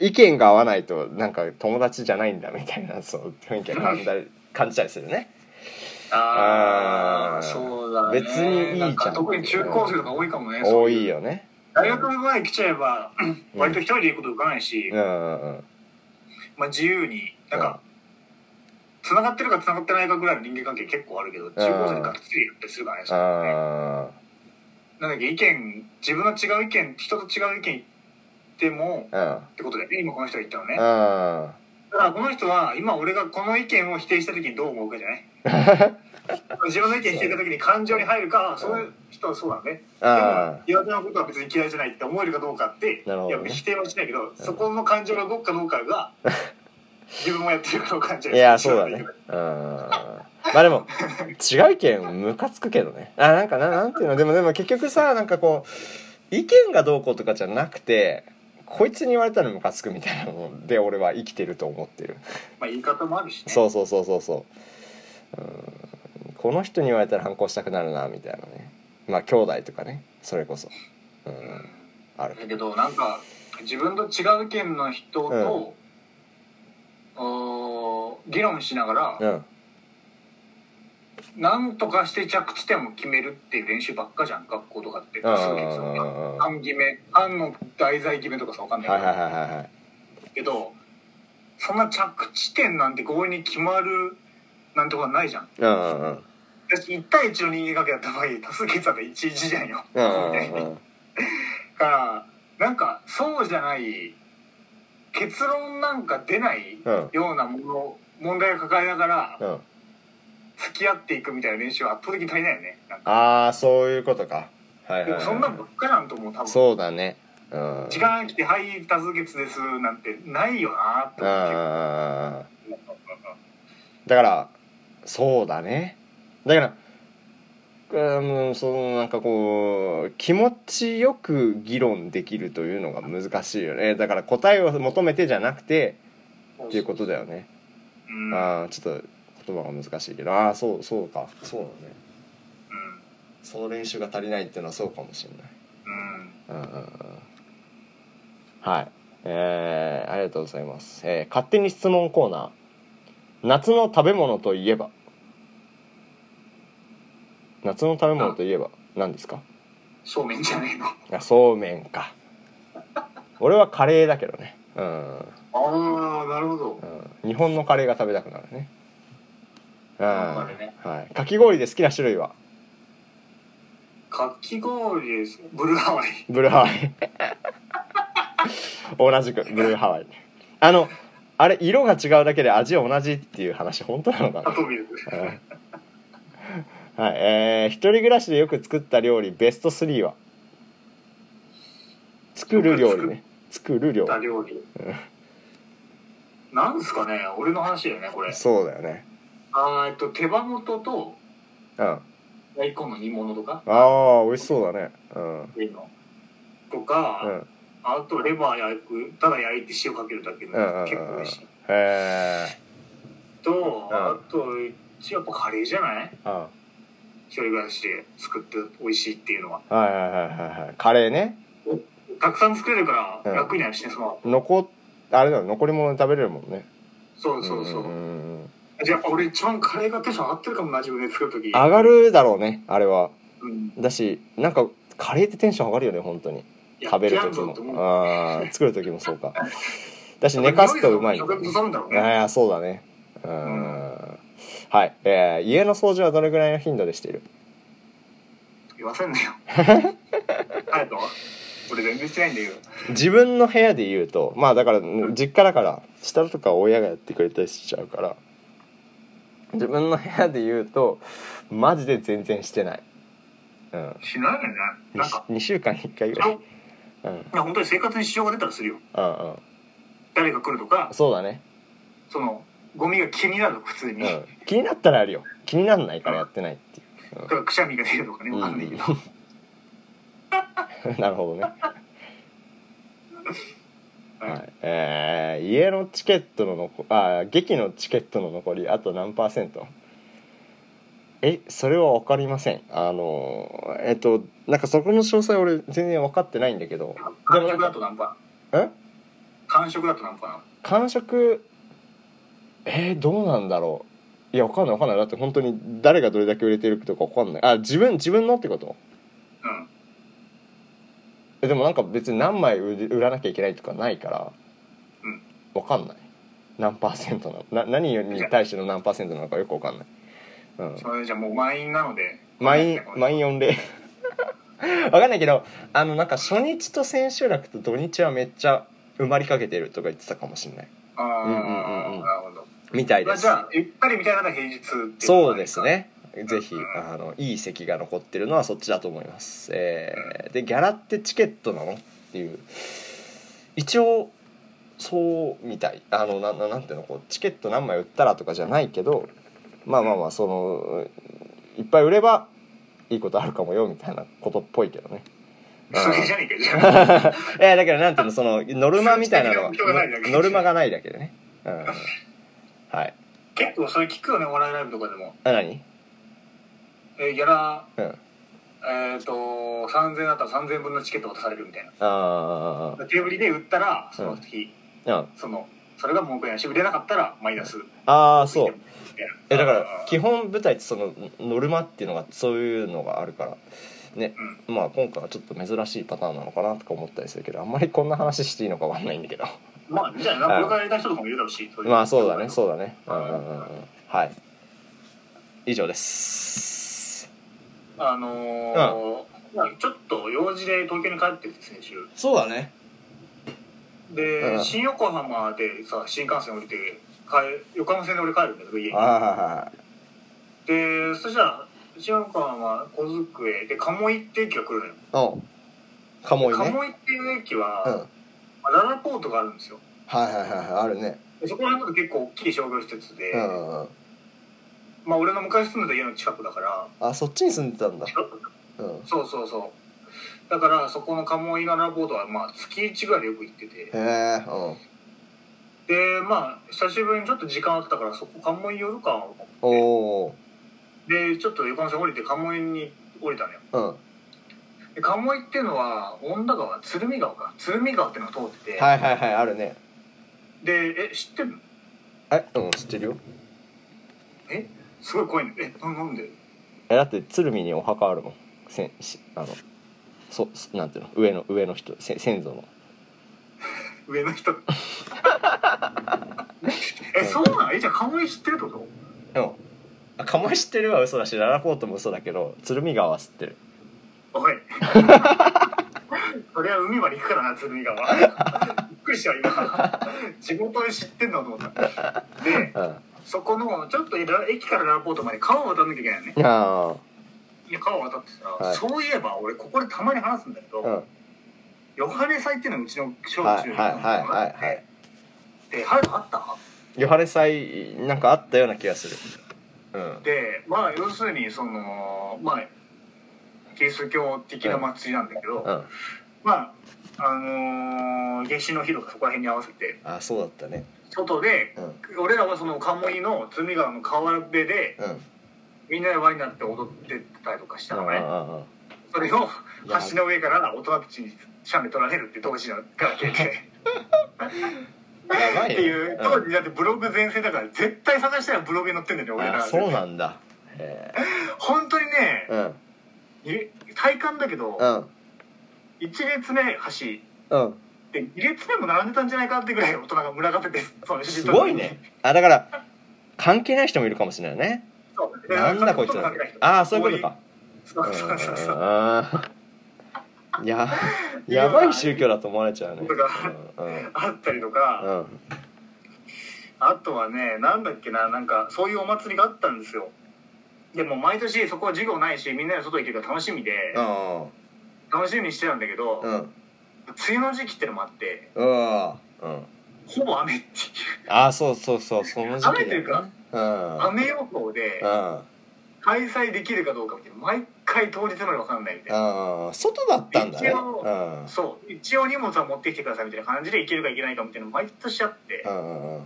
Speaker 1: 意見が合わないとなんか友達じゃないんだみたいなそう雰囲気が感じたり感じたりするねあー
Speaker 2: ああ、そうだね。
Speaker 1: 別にいいじゃん
Speaker 2: なか特に中高生とか多いかもね。
Speaker 1: 多
Speaker 2: そういう
Speaker 1: いよね
Speaker 2: 大学まで来ちゃえば、割と一人で行くこと浮かないし、
Speaker 1: うんうんうん
Speaker 2: まあ自由に、なんか、繋がってるか繋がってないかぐらいの人間関係結構あるけど、中高生でがっつりやったりするからね。
Speaker 1: あ
Speaker 2: なんだっけ、意見、自分の違う意見、人と違う意見言っても、
Speaker 1: あ
Speaker 2: ってことだよね、今この人が言ったの
Speaker 1: う
Speaker 2: ね。
Speaker 1: ん
Speaker 2: だ
Speaker 1: あ
Speaker 2: からこの人は、今俺がこの意見を否定した時にどう思うかじゃない 自分の意見否定した時に感情に入るか、そういう人はそうだね。
Speaker 1: あ
Speaker 2: でも苦手なことは別に嫌いじゃないって思えるかどうかって、
Speaker 1: なるほ
Speaker 2: い
Speaker 1: ど
Speaker 2: や
Speaker 1: ね
Speaker 2: 否定はしないけど、そこの感情が動くかどうか が自分もやってるかどうかじゃ
Speaker 1: いやそうだねうんまあでも違う意見ムカつくけどねあなんかななんていうのでもでも結局さなんかこう意見がどうこうとかじゃなくてこいつに言われたらムカつくみたいなので俺は生きてると思ってる
Speaker 2: まあ言い方もあるしね
Speaker 1: そうそうそうそうそううんこの人に言われたら反抗したくなるなみたいなねまあ兄弟とかねそれこそうんある
Speaker 2: だけどなんか自分と違う意見の人と、おー議論しながら、
Speaker 1: うん
Speaker 2: なんとかして着地点を決めるっていう練習ばっかじゃん学校とかって
Speaker 1: うんうん
Speaker 2: そう
Speaker 1: う
Speaker 2: で
Speaker 1: んう
Speaker 2: すよ
Speaker 1: んうんは
Speaker 2: 半決め半の題材決めとかさわかん
Speaker 1: い
Speaker 2: ない
Speaker 1: は
Speaker 2: け
Speaker 1: い
Speaker 2: ど、
Speaker 1: はいはいはい
Speaker 2: けどそんな着地点なんて強引に決まるなんてことはないじゃん
Speaker 1: うんうんうん
Speaker 2: 私1対1の人間関係だった場合多数決だと11じゃんよ。
Speaker 1: う
Speaker 2: だ
Speaker 1: んうんうん
Speaker 2: からなんかそうじゃない結論なんか出ない
Speaker 1: うん
Speaker 2: ようなもの問題を抱えながら
Speaker 1: うん
Speaker 2: 付き合っていくみたいな練習は圧倒的に足りないよね。なんか
Speaker 1: ああそういうことかはいはい
Speaker 2: で
Speaker 1: は
Speaker 2: も
Speaker 1: い
Speaker 2: そんなんばっかなんと思う多分。
Speaker 1: そうだねうん
Speaker 2: 時間が来て「はい多数決です」なんてないよなって
Speaker 1: うんう
Speaker 2: 思
Speaker 1: んうう
Speaker 2: うん
Speaker 1: んだからそうだねだからうんそのなんかこう気持ちよく議論できるというのが難しいよねだから答えを求めてじゃなくてっていうことだよね
Speaker 2: うんうん
Speaker 1: ああちょっと言葉が難しいけどああそうそうかそうだねその練習が足りないっていうのはそうかもしれない
Speaker 2: う
Speaker 1: う
Speaker 2: ん
Speaker 1: んうんうんはいえー、ありがとうございます、えー勝手に質問コーナー夏の食べ物といえば夏の食べ物といえば何ですか
Speaker 2: そうめんじゃねえの
Speaker 1: あそうめんか俺はカレーだけどねうん
Speaker 2: ああなるほど
Speaker 1: うん日本のカレーが食べたくなるねうん
Speaker 2: わかるね
Speaker 1: はい、かき氷で好きな種類は
Speaker 2: かき氷ですブルーハワイ
Speaker 1: ブルーハワイ同じくブルーハワイあのあれ色が違うだけで味は同じっていう話本当なのか
Speaker 2: あ
Speaker 1: な
Speaker 2: とミルク
Speaker 1: うんはいえー、一人暮らしでよく作った料理ベスト3は作る料理ね作る料
Speaker 2: た
Speaker 1: 理
Speaker 2: 料理なんすかね俺の話だよねこれ
Speaker 1: そうだよね
Speaker 2: あーえっと手羽元と
Speaker 1: うんあ
Speaker 2: 大根の煮物とか
Speaker 1: あ美味しそうだねうん
Speaker 2: っていうのとか、
Speaker 1: うん
Speaker 2: あとレバー焼くただ焼いて塩かけるだけの
Speaker 1: うんうんうんうん
Speaker 2: 結構美味しい
Speaker 1: へ
Speaker 2: と
Speaker 1: うん
Speaker 2: あとうちやっぱカレーじゃない
Speaker 1: えうん
Speaker 2: 一人暮らしで作って美味しいっていうのは
Speaker 1: はいはいはいはいはいカレーね
Speaker 2: たくさん作れるか
Speaker 1: う
Speaker 2: ら
Speaker 1: ん
Speaker 2: 楽になるしねその
Speaker 1: 残あれだよ残り物で食べれるもんね
Speaker 2: そうそうそう、
Speaker 1: んんうん
Speaker 2: じゃあ俺一番カレーがテンション上がってるかもな自分で作る時
Speaker 1: 上がるだろうねあれは
Speaker 2: うん
Speaker 1: だしなんかカレーってテンション上がるよね本当に
Speaker 2: や
Speaker 1: 食べる
Speaker 2: やん
Speaker 1: 時
Speaker 2: ぞ
Speaker 1: も
Speaker 2: って思う
Speaker 1: あー作る時もそうかだし寝かすとうまいんだよ
Speaker 2: 食べ
Speaker 1: ね
Speaker 2: さるんだろうね
Speaker 1: ああそうだねうーんはい、えー家の掃除はどれぐらいの頻度でしている
Speaker 2: 言わせんな よあと俺全然してないんだけど
Speaker 1: 自分の部屋で言うとまあだから実家だから下とか親がやってくれたりしちゃうから自分の部屋で言うとマジで全然してない、うん、
Speaker 2: しないよねなんか
Speaker 1: 2, 週間に1回ぐ
Speaker 2: い
Speaker 1: らい、うん、うん
Speaker 2: や本当に生活に支障が出たらするよ
Speaker 1: うん
Speaker 2: 誰が来るとか
Speaker 1: そうだね、
Speaker 2: そのゴミが気になるの普通
Speaker 1: う
Speaker 2: に、
Speaker 1: ん、気になったらあるよ気になんないからやってないっていう
Speaker 2: だからくしゃみが出るとかね
Speaker 1: うん
Speaker 2: わかんないけど、
Speaker 1: なるほどね、
Speaker 2: は
Speaker 1: はいえー家のチケットの残あー劇のチケットの残りあと何パーセントえそれは分かりませんあのえっとなんかそこの詳細俺全然分かってないんだけどで
Speaker 2: 完
Speaker 1: もなん
Speaker 2: 食だ
Speaker 1: か
Speaker 2: と何パ
Speaker 1: え
Speaker 2: ー完食だと何パーな
Speaker 1: 感触えーどうなんだろういや分かんない分かんないだって本当に誰がどれだけ売れてるとか分かんないあ自分自分のってこと
Speaker 2: の
Speaker 1: えでもなんか別に何枚売り売らなきゃいけないとかないから、
Speaker 2: うん
Speaker 1: わかんない何パーセントなのな何に対しての何パーセントなのかよくわかんない、う
Speaker 2: うんん、それじゃあもう満員なので
Speaker 1: 満員
Speaker 2: ごめんなさい
Speaker 1: 満員御礼 わかんないけどあのなんか初日と千秋楽と土日はめっちゃ埋まりかけてるとか言ってたかもしれない
Speaker 2: あ
Speaker 1: うんうんうんう
Speaker 2: あ
Speaker 1: ん
Speaker 2: なるほど
Speaker 1: みたいで
Speaker 2: まあ
Speaker 1: す
Speaker 2: じゃあゆったりみたいなのが平日っていのが
Speaker 1: そうですねぜひ
Speaker 2: うん
Speaker 1: あのいい席が残ってるのはそっちだと思います、えーでギャラってチケットなのっていう一応そうみたいあのなななんていうのこうチケット何枚売ったらとかじゃないけどまあまあまあそのいっぱい売ればいいことあるかもよみたいなことっぽいけどね
Speaker 2: あるそれじゃねえかじゃ
Speaker 1: い
Speaker 2: あ
Speaker 1: やだからなんていうのそのノルマみたいなのは
Speaker 2: 数値的な目標がないだけ
Speaker 1: ノルマがないだけでね、うん、はい
Speaker 2: 結構それ聞くよねお笑いライブとかでも
Speaker 1: あ何
Speaker 2: えギャラ
Speaker 1: うん
Speaker 2: えっ、と3000円だったら3000分のチケット渡されるみたいな
Speaker 1: あー
Speaker 2: 手売りで売ったらその時、
Speaker 1: あ
Speaker 2: そのそれが文句やし売れなかったらマイナス
Speaker 1: あーそう
Speaker 2: みたいな
Speaker 1: えだから基本舞台ってそのノルマっていうのがそういうのがあるからねまあ今回はちょっと珍しいパターンなのかなとか思ったりするけどあんまりこんな話していいのかわかんないんだけど
Speaker 2: まあみたいな
Speaker 1: はい
Speaker 2: これからやりたい人とかもいるだろうし
Speaker 1: まあそうだねそう
Speaker 2: だ
Speaker 1: だねうんうんうんうんはい以上です
Speaker 2: あのーまあちょっと用事で東京に帰ってて先週
Speaker 1: そうだね
Speaker 2: で、
Speaker 1: うん
Speaker 2: 新横浜でさ新幹線降りて帰横浜線で俺帰るんだけど家に
Speaker 1: ああはいはい
Speaker 2: でそしたら新横浜小机で鴨居って駅が来るのよ
Speaker 1: はいうん鴨居ね
Speaker 2: 鴨居っていう駅
Speaker 1: うん
Speaker 2: は、
Speaker 1: はい
Speaker 2: ララポートがあるんですよ
Speaker 1: はいはいはいあるね
Speaker 2: でそこら辺だと結構大きい商業施設で、
Speaker 1: うんうんうん
Speaker 2: まあ俺の昔住んでた家の近くだから
Speaker 1: あそっちに住んでたんだうん
Speaker 2: そうそうそうだからそこの鴨居のララポートはまあ月1ぐらいでよく行ってて
Speaker 1: へえうん
Speaker 2: でまあ久しぶりにちょっと時間あったからそこ鴨居寄るか
Speaker 1: おお
Speaker 2: でちょっと横浜線降りて鴨居に降りたのよ
Speaker 1: うんは
Speaker 2: で鴨居っていうのは恩田川鶴見川か鶴見川っていうのを通ってて、
Speaker 1: いはいはいあるね
Speaker 2: でえ知ってんの
Speaker 1: えうん知ってるよ
Speaker 2: えすごい怖いんだよえななんで
Speaker 1: えだって鶴見にお墓あるもんせんしあのそそなんていうの上の上の人せ先祖の
Speaker 2: 上の人えそうなんえじゃあ鴨居知ってるってこと
Speaker 1: うんあ鴨居知ってるは嘘だしララポートも嘘だけど鶴見川は知ってる
Speaker 2: おいそりゃ海まで行くからな鶴見川びっくりした今地元で知ってんだと思ったで
Speaker 1: うんあ
Speaker 2: そこのちょっと駅からララポートまで川を渡んなきゃいけないのね
Speaker 1: あ
Speaker 2: いや川を渡ってさ、
Speaker 1: はい
Speaker 2: そういえば俺ここでたまに話すんだけど、
Speaker 1: うんはい
Speaker 2: ヨハネ祭っていうのはうちの小
Speaker 1: は
Speaker 2: 中
Speaker 1: い
Speaker 2: の
Speaker 1: はいはいはい
Speaker 2: でハルトあった
Speaker 1: ヨハネ祭なんかあったような気がするうん
Speaker 2: でまあ要するにそのまあキリスト教的な祭りなんだけど、
Speaker 1: うん
Speaker 2: まああのー、夏至の日とかそこら辺に合わせて
Speaker 1: あそうだったね
Speaker 2: 外で
Speaker 1: うん
Speaker 2: 俺らはその鴨居の鶴見川の川辺で
Speaker 1: うん
Speaker 2: みんなで輪になって踊ってたりとかした
Speaker 1: うん
Speaker 2: の
Speaker 1: う
Speaker 2: ね
Speaker 1: んうん
Speaker 2: それを
Speaker 1: いや
Speaker 2: 橋の上から大人たちに写メ撮られるって当時の関係で。
Speaker 1: やば
Speaker 2: って
Speaker 1: いね
Speaker 2: いう当時だってブログ全盛だから絶対探したらブログに載ってんだよね俺
Speaker 1: あ
Speaker 2: ら
Speaker 1: そうなんだへえ
Speaker 2: 本当にね
Speaker 1: うん
Speaker 2: ゆ体感だけど
Speaker 1: うん
Speaker 2: 1列目橋
Speaker 1: うん
Speaker 2: で2列目も並んでたんじゃないかってぐらい大人が群がっててその写
Speaker 1: す
Speaker 2: 真撮る
Speaker 1: ごいねあだから関係ない人もいるかもしれないね
Speaker 2: そうで
Speaker 1: なんだこいつ
Speaker 2: そんなとない人
Speaker 1: ああそういうことか
Speaker 2: そうそうそうそう
Speaker 1: うんややばい宗教だと思われちゃうね
Speaker 2: とか
Speaker 1: うんうん
Speaker 2: あったりとか、
Speaker 1: うん
Speaker 2: あとはねなんだっけななんかそういうお祭りがあったんですよでも毎年そこは授業ないしみんなで外行けるから楽しみで、
Speaker 1: うん
Speaker 2: 楽しみにしてたんだけど、
Speaker 1: うんうん
Speaker 2: 梅雨の時期ってのもあって
Speaker 1: うん
Speaker 2: ほぼ雨っていう
Speaker 1: ああそうそうそうその時期
Speaker 2: 雨というか
Speaker 1: うん
Speaker 2: 雨予報で
Speaker 1: うん
Speaker 2: 開催できるかどうかみたいな毎回当日まで分かんないみたいな、
Speaker 1: うん外だったんだね
Speaker 2: 一
Speaker 1: う
Speaker 2: 応
Speaker 1: ん
Speaker 2: そう一応荷物は持ってきてくださいみたいな感じで行けるか行けないかみたいなの毎年あって
Speaker 1: う、んうんうん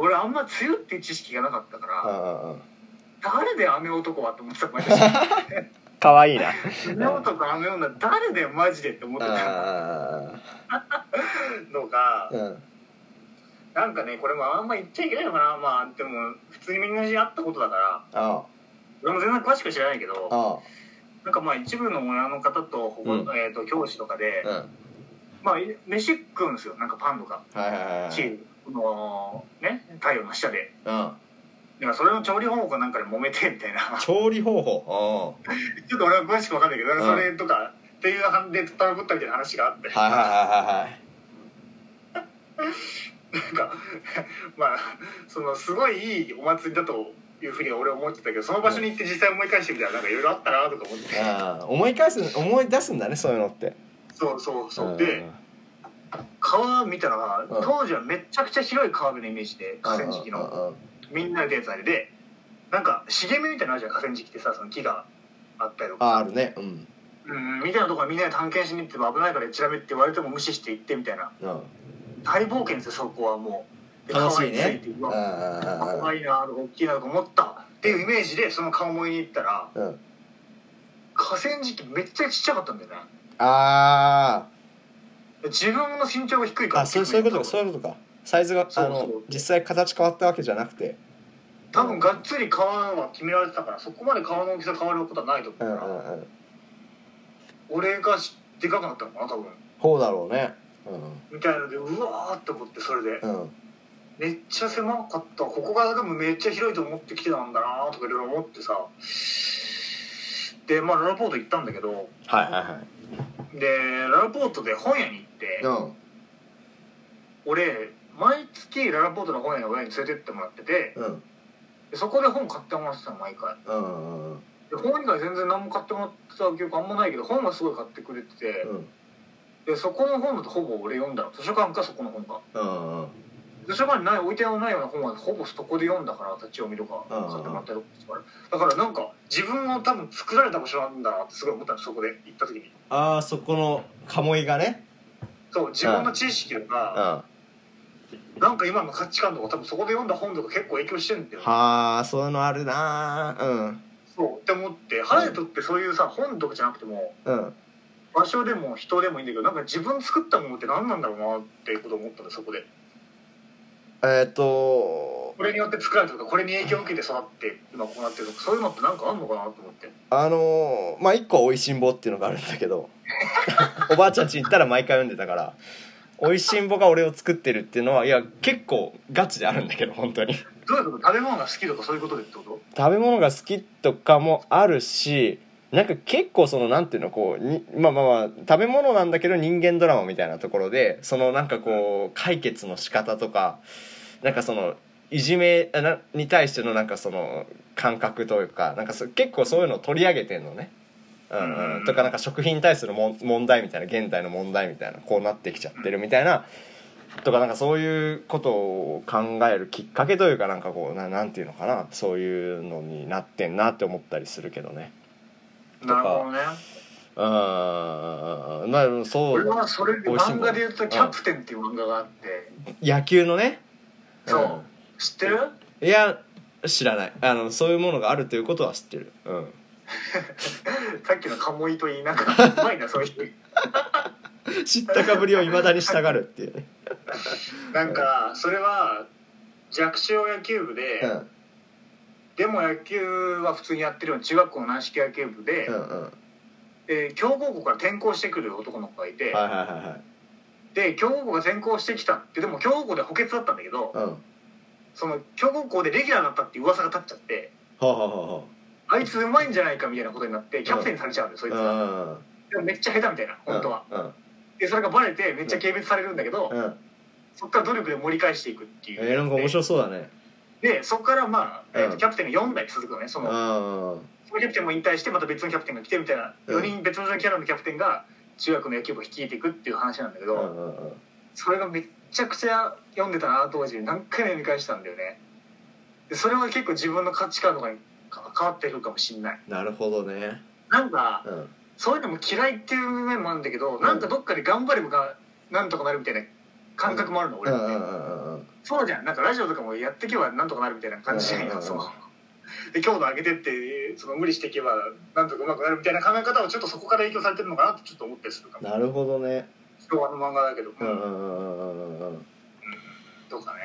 Speaker 2: 俺あんま梅雨っていう知識がなかったから、
Speaker 1: うんうん
Speaker 2: 誰で雨男はって思ってた毎年
Speaker 1: かわいいな
Speaker 2: 雨男雨女誰でマジでって思ってた
Speaker 1: う
Speaker 2: のが
Speaker 1: んうんうん
Speaker 2: なんかねこれもあんま言っちゃいけないのかなまあでも普通にみんなに会ったことだから
Speaker 1: あ
Speaker 2: 俺も全然詳しく知らないけど
Speaker 1: あ
Speaker 2: なんかまあ一部の親の方と保護、
Speaker 1: うん
Speaker 2: えー、と教師とかで、
Speaker 1: うん
Speaker 2: まあい飯食うんですよなんかパンとか
Speaker 1: はいはいはいはい
Speaker 2: チーズこのね太陽の下で
Speaker 1: うん
Speaker 2: だからそれの調理方法かなんかで揉めてみたいな ち
Speaker 1: 調理方法うん
Speaker 2: ょっと俺は詳しく分かんないけど
Speaker 1: ん
Speaker 2: それとか、っていう話でトラブったみたいな話があって
Speaker 1: はいはいはいはいはい
Speaker 2: なんか まあそのすごいいいお祭りだというふうに俺は思ってたけどその場所に行って実際思い返してみたらなんかいろいろあったなとか思って
Speaker 1: あー思い返す思い出すんだねそういうのって
Speaker 2: そうそうそう
Speaker 1: う
Speaker 2: で
Speaker 1: ん
Speaker 2: 川見たら
Speaker 1: うん
Speaker 2: 当時はめっちゃくちゃ広い川辺のイメージで河川敷の。
Speaker 1: うん
Speaker 2: みんなでやつあれでなんか茂みみたいなのあるじゃん河川敷ってさその木があったりとか
Speaker 1: ああるねうん
Speaker 2: うんみたいなところみんなで探検しに行っても危ないからチラ見って言われても無視して行ってみたいな
Speaker 1: うん
Speaker 2: 大冒険ですよそこはもうで
Speaker 1: 楽しいね
Speaker 2: 川に着いてうわ
Speaker 1: あ
Speaker 2: 怖いな大きいなとか思ったっていうイメージでその川越に行ったら
Speaker 1: あうん
Speaker 2: 河川敷めっちゃちっちゃかったんだよね
Speaker 1: あ
Speaker 2: 自分の身長が低い
Speaker 1: ー
Speaker 2: から
Speaker 1: あそうそういうことかそういうことかサイズが
Speaker 2: そ
Speaker 1: あ
Speaker 2: うそう
Speaker 1: の実際形変わったわけじゃなくて
Speaker 2: 多分がっつり川は決められてたからそこまで川の大きさ変わることはないと思う
Speaker 1: う
Speaker 2: か
Speaker 1: んう
Speaker 2: ら、
Speaker 1: んうん
Speaker 2: 俺がでかくなったのかな多分
Speaker 1: ほうだろうねう
Speaker 2: みたいのでうわーって思ってそれで
Speaker 1: んうん
Speaker 2: めっちゃ狭かったここがでもめっちゃ広いと思ってきてたんだなとかいろいろ思ってさでまあララポート行ったんだけど
Speaker 1: はいはいはい
Speaker 2: でララポートで本屋に行って
Speaker 1: うん
Speaker 2: 俺毎月ララポートの本屋の親に連れてってもらってて
Speaker 1: うん
Speaker 2: でそこで本買ってもらってたの毎回
Speaker 1: うんうん
Speaker 2: で本以外全然何も買ってもらってた記憶あんまないけど本はすごい買ってくれてて
Speaker 1: うん
Speaker 2: でそこの本だとほぼ俺読んだの図書館かそこの本か
Speaker 1: うんうん
Speaker 2: 図書館にない置いてないような本はほぼそこで読んだから立ち読みとか
Speaker 1: うん
Speaker 2: 買ってもらったりとかしてからだからなんか自分を多分作られた場所なんだなってすごい思ったのそこで行った時に
Speaker 1: ああそこの鴨居がね
Speaker 2: そう自分の知識と
Speaker 1: うん
Speaker 2: か
Speaker 1: は
Speaker 2: なんか今の価値観とか多分そこで読んだ本とか結構影響してるんだよ
Speaker 1: あそういうのあるなー
Speaker 2: そうって思ってハレトってそういうさ本とかじゃなくても
Speaker 1: うんうん
Speaker 2: 場所でも人でもいいんだけどなんか自分作ったものって何なんだろうなっていうことを思ったのそこで
Speaker 1: えーっとそう
Speaker 2: これによって作られたとかこれに影響を受けて育って今こうなってるとかそういうのってなんかあんのかなと思って
Speaker 1: あのーまあ一個は「おいしんぼ」っていうのがあるんだけ どおばあちゃんち行ったら毎回読んでたから「おいしんぼ」が俺を作ってるっていうのはいや結構ガチであるんだけど本当に
Speaker 2: どういうこと食べ物が好きとかそういうことでってこと
Speaker 1: 食べ物が好きとかもあるしなんか結構そのなんていうのこうにまあまあまあ食べ物なんだけど人間ドラマみたいなところでそのなんかこう解決の仕方とかなんかそのいじめあなに対してのなんかその感覚というかなんかそ結構そういうのを取り上げてんのね。うんうん、とかなんか食品に対するもん問題みたいな現代の問題みたいなこうなってきちゃってるみたいなとかなんかそういうことを考えるきっかけというかなんかこうななんていうのかなそういうのになってんなって思ったりするけどね
Speaker 2: なるほどね
Speaker 1: うんまあそ
Speaker 2: 俺
Speaker 1: う
Speaker 2: はそれで
Speaker 1: 美味しいも
Speaker 2: 漫
Speaker 1: ん
Speaker 2: 画で言うと「キャプテン」っていう漫画があって
Speaker 1: 野球のね
Speaker 2: そう知ってる
Speaker 1: うんいや知らないあのそういうものがあるということは知ってるうん
Speaker 2: さっきのカモイといいな んかうまいなそういう人
Speaker 1: 知ったかぶりをいまだにしたがるっていうね、
Speaker 2: なんかそれは弱小野球部で、
Speaker 1: うん
Speaker 2: でも野球は普通にやってるような中学校の軟式野球部で、
Speaker 1: うんうん、は
Speaker 2: で強豪校から転校してくる男の子がいて、
Speaker 1: いはいは
Speaker 2: で強豪校が転校してきたってでも強豪校で補欠だったんだけど
Speaker 1: いはいうんは
Speaker 2: その強豪校でレギュラーだったっていう噂が立っちゃって
Speaker 1: あはあは
Speaker 2: あいつうまいんじゃないかみたいなことになってキャプテンにされちゃうんだよそいつ
Speaker 1: あ
Speaker 2: が
Speaker 1: はあ
Speaker 2: でもめっちゃ下手みたいな
Speaker 1: うん
Speaker 2: 本当は
Speaker 1: うん
Speaker 2: でそれがバレてめっちゃ軽蔑されるんだけど、
Speaker 1: うんうん
Speaker 2: そっから努力で盛り返していくっていう、
Speaker 1: えー、なんか面白そうだね
Speaker 2: でそっからまあ、えー
Speaker 1: う
Speaker 2: と
Speaker 1: ん
Speaker 2: キャプテンが4代続くのねそ
Speaker 1: うん
Speaker 2: の
Speaker 1: うん
Speaker 2: そのキャプテンも引退してまた別のキャプテンが来てみたいな
Speaker 1: うん
Speaker 2: 4人別のキャラのキャプテンが中学の野球部を率いていくっていう話なんだけど、
Speaker 1: うんうん
Speaker 2: それがめっちゃくちゃ読んでたな当時何回も読み返したんだよねでそれは結構自分の価値観とかにか変わってくるかもしんない
Speaker 1: なるほどね
Speaker 2: なんか
Speaker 1: うん
Speaker 2: そういうのも嫌いっていう面もあるんだけど、なんかどっかで頑張ればなんとかなるみたいな感覚もあるの
Speaker 1: う
Speaker 2: 俺
Speaker 1: ん
Speaker 2: っ
Speaker 1: う
Speaker 2: て、
Speaker 1: んうんうん
Speaker 2: そうじゃんなんかラジオとかもやってけばなんとかなるみたいな感じじゃない
Speaker 1: うんうんうん
Speaker 2: その で強度上げてってその無理していけばなんとかうまくなるみたいな考え方をちょっとそこから影響されてるのかなとちょっと思ったりするかも
Speaker 1: なるほどね
Speaker 2: 昭和の漫画だけど、
Speaker 1: うんうんうんうんうんうん
Speaker 2: とかね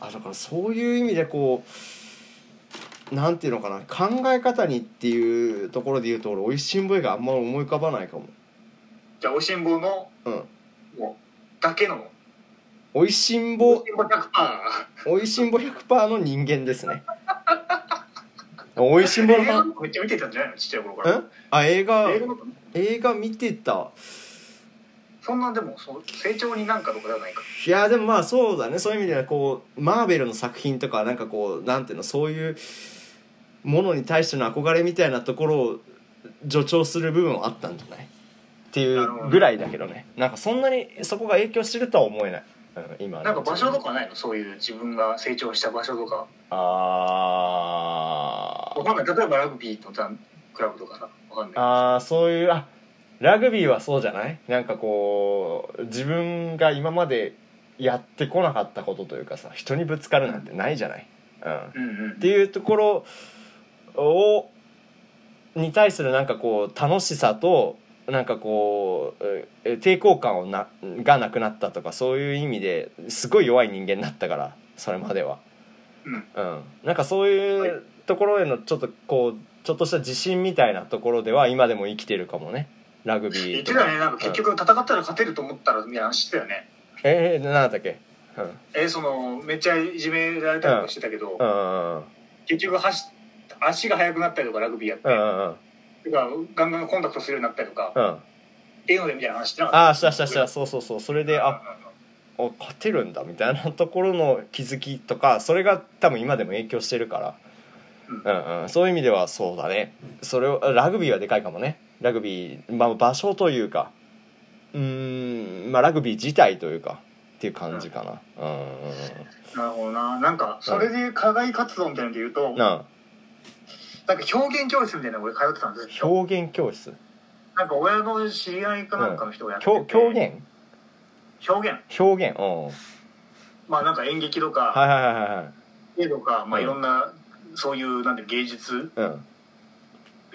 Speaker 1: あだからそういう意味でこうなんていうのかな考え方にっていうところで言うと俺おいしんぼ以外あんま思い浮かばないかも
Speaker 2: じゃあおしんぼの
Speaker 1: うん
Speaker 2: もうだけの
Speaker 1: おいしん
Speaker 2: お
Speaker 1: ぼ
Speaker 2: しんぼ100%
Speaker 1: おいしんぼ100%の人間です ねおいしんぼの
Speaker 2: 映 画
Speaker 1: は
Speaker 2: とかめっちゃ見てたんじゃないのちっちゃい頃から
Speaker 1: んあ映画
Speaker 2: 映画とか
Speaker 1: 映画見てた
Speaker 2: そんなでもそう成長になんかとかではないか
Speaker 1: いやでもまあそうだねそういう意味ではこうマーベルの作品とかなんかこうなんていうのそういうものに対しての憧れみたいなところを助長する部分はあったんじゃないっていうぐらいだけどねなんかそんなにそこが影響してるとは思えない、うん、今の
Speaker 2: なんか場所とかないのそういう自分が成長した場所とか
Speaker 1: あ
Speaker 2: わかんない例えばラグビーのジャンクラブとかさわかん
Speaker 1: ー
Speaker 2: ない
Speaker 1: あーそういうあラグビーはそうじゃないなんかこう自分が今までやってこなかったことというかさ人にぶつかるなんてないじゃない、うん、
Speaker 2: うんうん
Speaker 1: っていうところをに対するなんかこう楽しさとなんかこうえ抵抗感をながなくなったとかそういう意味ですごい弱い人間になったからそれまでは、
Speaker 2: うん
Speaker 1: うん、なんかそういうところへのちょっとこうちょっとした自信みたいなところでは今でも生きてるかもねラグビ
Speaker 2: 言っ
Speaker 1: ー
Speaker 2: て
Speaker 1: と
Speaker 2: た
Speaker 1: か、
Speaker 2: ねなんか結局戦ったら勝てると思ったらみんな知ってたよね
Speaker 1: えー、なんだっけうんうん
Speaker 2: えーそのめっちゃいじめられたりとかしてたけど、
Speaker 1: うん
Speaker 2: 結局走っ足が速くなったりとかラグビーやって、
Speaker 1: うんうんうん
Speaker 2: とかガンガンコンタクトするようになったりとか、
Speaker 1: うん
Speaker 2: っていうのでみたいな話してなかっ
Speaker 1: ああしたしたしたそうそうそうそれで
Speaker 2: た
Speaker 1: ああ勝てるんだみたいなところの気づきとかそれが多分今でも影響してるから、うんうん、そういう意味ではそうだねそれをラグビーはでかいかもねラグビー、まあ、場所というかうーん、まあ、ラグビー自体というかっていう感じかなうんうん
Speaker 2: なるほどななんかそれで課外活動みたいなので言うと、
Speaker 1: うん
Speaker 2: なん
Speaker 1: な
Speaker 2: か表現教室みたいなの俺通ってたんです
Speaker 1: あ
Speaker 2: よ
Speaker 1: 表現教室
Speaker 2: なんか親の知り合いかなんかの人がやってて、
Speaker 1: 表表現
Speaker 2: 表現
Speaker 1: 表現うん
Speaker 2: まあなんか演劇とか
Speaker 1: はいはいはいはいはい
Speaker 2: 絵とか、まあ、
Speaker 1: うん
Speaker 2: いろんなそういうなんて芸術
Speaker 1: うん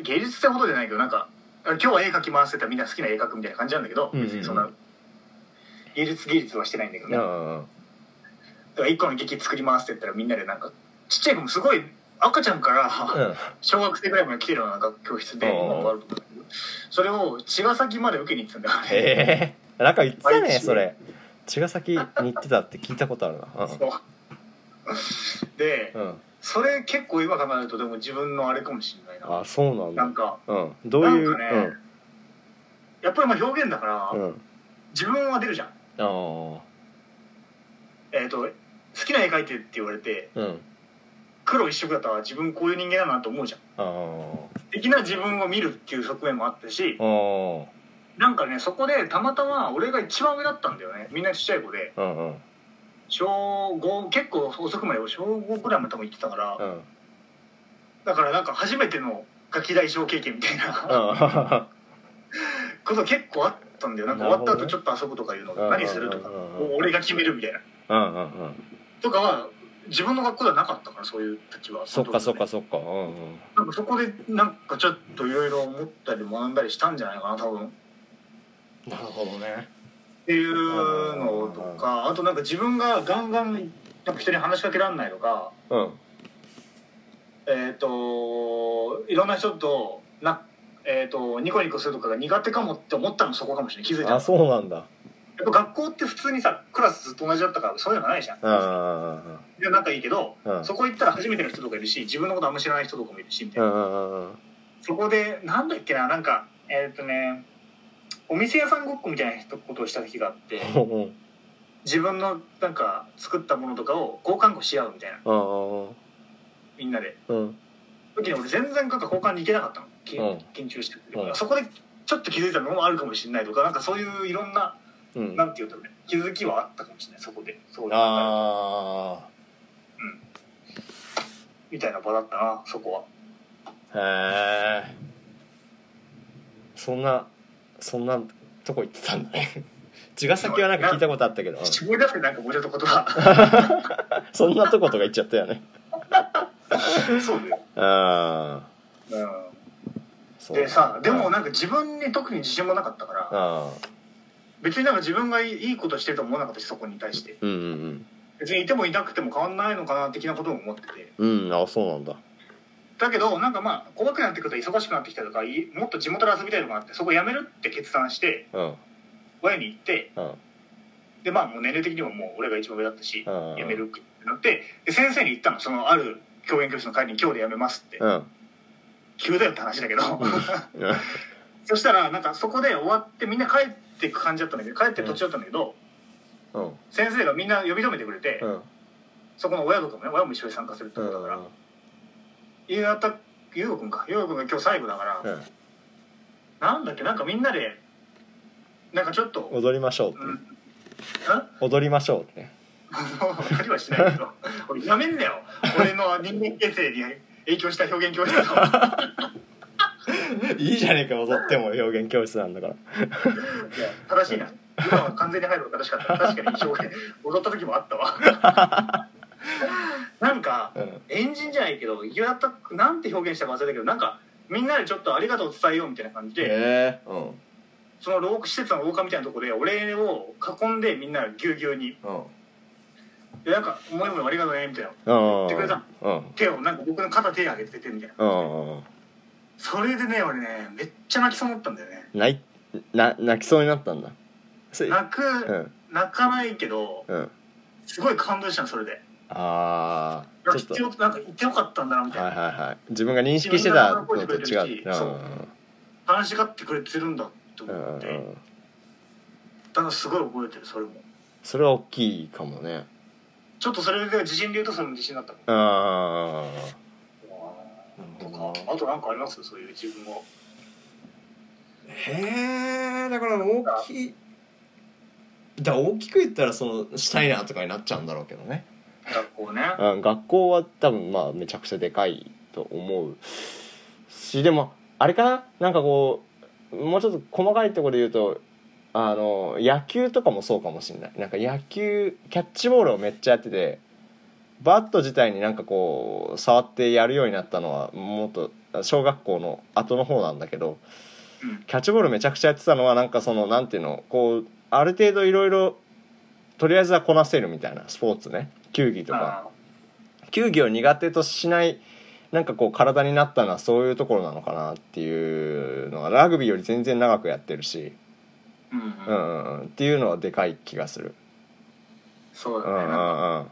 Speaker 2: 芸術ってことじゃないけどなんか今日は絵描き回せたらみんな好きな絵描くみたいな感じなんだけど、
Speaker 1: うんうんうん
Speaker 2: 別にそんな芸術芸術はしてないんだけど
Speaker 1: う
Speaker 2: ね、
Speaker 1: んうんうん
Speaker 2: だから一個の劇作りますって言ったらみんなでなんかちっちゃい子もすごい赤ちゃんから、
Speaker 1: うん
Speaker 2: 小学生ぐらいまで来てるような学教室で
Speaker 1: うん
Speaker 2: 今もあると思うんだけどそれを茅ヶ崎まで受けに行ってたんだよね
Speaker 1: へえなんか言ってた
Speaker 2: 毎
Speaker 1: ね
Speaker 2: 週
Speaker 1: それ茅ヶ崎に行ってたって聞いたことあるな
Speaker 2: そうで
Speaker 1: うん、うん、
Speaker 2: それ結構今考えるとでも自分のあれかもしれないな
Speaker 1: あそうなん
Speaker 2: なん
Speaker 1: だ
Speaker 2: か
Speaker 1: うんどういう
Speaker 2: なんかねやっぱりまあ表現だから、
Speaker 1: うんうん
Speaker 2: 自分は出るじゃん
Speaker 1: ああ
Speaker 2: えっ、と好きな絵描いてって言われて
Speaker 1: うん
Speaker 2: 黒一色だったら自分こういう人間だなと思うじゃん
Speaker 1: ああ
Speaker 2: 的な自分を見るっていう側面もあったし
Speaker 1: ああ
Speaker 2: なんかねそこでたまたま俺が一番上だったんだよねみんなちっちゃい子で
Speaker 1: うんうん
Speaker 2: 小5結構遅くまで小5ぐらいまで多分行ってたから、
Speaker 1: うんうん
Speaker 2: だからなんか初めてのガキ大賞経験みたいな
Speaker 1: あ
Speaker 2: こと結構あったんだよなんか
Speaker 1: なる
Speaker 2: 終
Speaker 1: ほ
Speaker 2: わ
Speaker 1: ど
Speaker 2: った
Speaker 1: ね
Speaker 2: 後ちょっと遊ぶとかいうの
Speaker 1: うん
Speaker 2: 何するとか
Speaker 1: うん
Speaker 2: もう俺が決めるみたいな
Speaker 1: あうんうんうん
Speaker 2: とかは自分の学校ではなかったからそういう時は
Speaker 1: そっかそっかそっかうんうん
Speaker 2: なんかそこでなんかちょっといろいろ思ったり学んだりしたんじゃないかな多分っ
Speaker 1: なるほどね
Speaker 2: ていうのとかあとなんか自分がガンガンなんか人に話しかけられないとか
Speaker 1: うん
Speaker 2: えっ、といろんな人となえっ、とニコニコするとかが苦手かもって思ったのそこかもしれない気づいたの
Speaker 1: あそうなんだ
Speaker 2: やっぱ学校って普通にさクラスずっと同じだったからそういうのないじゃん
Speaker 1: うん
Speaker 2: で仲いいけど、
Speaker 1: うんうん
Speaker 2: そこ行ったら初めての人とかいるし自分のことあんま知らない人とかもいるしみたいな、
Speaker 1: うんうんうん
Speaker 2: そこでなんだっけななんかえーっ、とねお店屋さんごっこみたいなことをした時があって
Speaker 1: うんうん
Speaker 2: 自分のなんか作ったものとかを交換し合うみたいな
Speaker 1: うん
Speaker 2: みんなで
Speaker 1: うん
Speaker 2: 時に俺全然なんか交換に行けなかったのき
Speaker 1: うん
Speaker 2: 緊張してるから、
Speaker 1: うん
Speaker 2: そこでちょっと気づいたのもあるかもしれないとかなんかそういういろんな
Speaker 1: うん
Speaker 2: なんて言うんだろうね気づきはあったかもしれないそこでそういう
Speaker 1: あ
Speaker 2: みたいな場だったなそこは。
Speaker 1: あへえそんなそんなとこ行ってたんだね 茅ヶ崎はなんか聞いたことあったけどうん
Speaker 2: 絞り出してなんかもうちょっと言 葉
Speaker 1: そんなとことか行っちゃったよね
Speaker 2: そうだよ、
Speaker 1: ああ
Speaker 2: うん、でさでも
Speaker 1: な
Speaker 2: なんか自分に特に自信もなかったから
Speaker 1: あ
Speaker 2: 別になんか自分がいいいいことしてると思わなかったしそこに対して
Speaker 1: うんうん
Speaker 2: 別にいてもいなくても変わんないのかな的なことも思ってて
Speaker 1: うんうんあそうなんだ
Speaker 2: だけどなんかまあ怖くなってくると忙しくなってきたとかいもっと地元で遊びたいとかあってそこ辞めるって決断して
Speaker 1: うん
Speaker 2: 親に行って
Speaker 1: うん
Speaker 2: でまあもう年齢的にももう俺が一番上だったし
Speaker 1: うん
Speaker 2: 辞めるってなってで先生に言ったのそのある教員教室の会に今日で辞めますって
Speaker 1: うん
Speaker 2: 急だよって話だけど
Speaker 1: うん
Speaker 2: そしたらなんかそこで終わってみんな帰っていく感じだったんだけど帰ってる途中だったんだけ
Speaker 1: う
Speaker 2: ど、
Speaker 1: ん
Speaker 2: 先生がみんな呼び止めてくれて、
Speaker 1: うん
Speaker 2: そこの親とかもね親も一緒に参加するってことだから、夕方優吾くんか優吾くんが今日最後だから、
Speaker 1: うん
Speaker 2: なんだっけなんかみんなでなんかちょっと、 うん、
Speaker 1: 踊りましょうって
Speaker 2: うん
Speaker 1: 踊りましょうって
Speaker 2: 狩りはしないけど おいやめんなよ俺の人間形成に影響した表現教室だ
Speaker 1: いいじゃねえか踊っても表現教室なんだから
Speaker 2: といや正しいな今は完全に入るのが正しかった確かに表現踊った時もあったわなんか
Speaker 1: うん
Speaker 2: エンジンじゃないけど岩田君なんて表現したか忘れたけどなんかみんなでちょっとありがとう伝えようみたいな感じで、
Speaker 1: へえうん
Speaker 2: その廊下施設の廊下みたいなところでお礼を囲んでみんなぎゅうぎゅうに
Speaker 1: うん
Speaker 2: でなんか「思いもありがとうね」みたいな
Speaker 1: うん
Speaker 2: 言ってくれた
Speaker 1: うん
Speaker 2: 手をなんか僕の肩手上げててみたいな
Speaker 1: うん
Speaker 2: それでね俺ねめっちゃ泣きそうになったんだよね
Speaker 1: 泣いな泣きそうになったんだそれ
Speaker 2: 泣く、
Speaker 1: うん
Speaker 2: 泣かないけど
Speaker 1: うん
Speaker 2: すごい感動したのそれで
Speaker 1: ああちょっと
Speaker 2: 必要なんか言ってよかったんだなみたい
Speaker 1: はい
Speaker 2: な
Speaker 1: はいはい自分が認識してたのと違う
Speaker 2: そう話しがってくれてるんだと
Speaker 1: うんうん
Speaker 2: 思
Speaker 1: う
Speaker 2: っ
Speaker 1: んう
Speaker 2: てだ
Speaker 1: ん
Speaker 2: からすごい覚えてるそれも
Speaker 1: それは大きいかもね
Speaker 2: ちょっとそれが自信で言うとそれも自信だった
Speaker 1: あ
Speaker 2: とかあとなんかありますそういう自分を
Speaker 1: へえだから大きいだから大きく言ったらそのしたいなとかになっちゃうんだろうけどね、
Speaker 2: 学校ね
Speaker 1: うん、学校は多分まあめちゃくちゃでかいと思うしでもあれかななんかこうもうちょっと細かいところで言うとあの野球とかもそうかもしれないなんか野球キャッチボールをめっちゃやっててバット自体になんかこう触ってやるようになったのはもっと小学校の後の方なんだけど
Speaker 2: うん
Speaker 1: キャッチボールめちゃくちゃやってたのはなんかそのなんていうのこうある程度いろいろとりあえずはこなせるみたいなスポーツね球技とか
Speaker 2: あ
Speaker 1: 球技を苦手としないなんかこう体になったのはそういうところなのかなっていうのはラグビーより全然長くやってるし、
Speaker 2: ーうん
Speaker 1: う
Speaker 2: うん
Speaker 1: んうんうん、っていうのはでかい気がする。
Speaker 2: そう
Speaker 1: う
Speaker 2: だ
Speaker 1: んう
Speaker 2: ね、
Speaker 1: んうん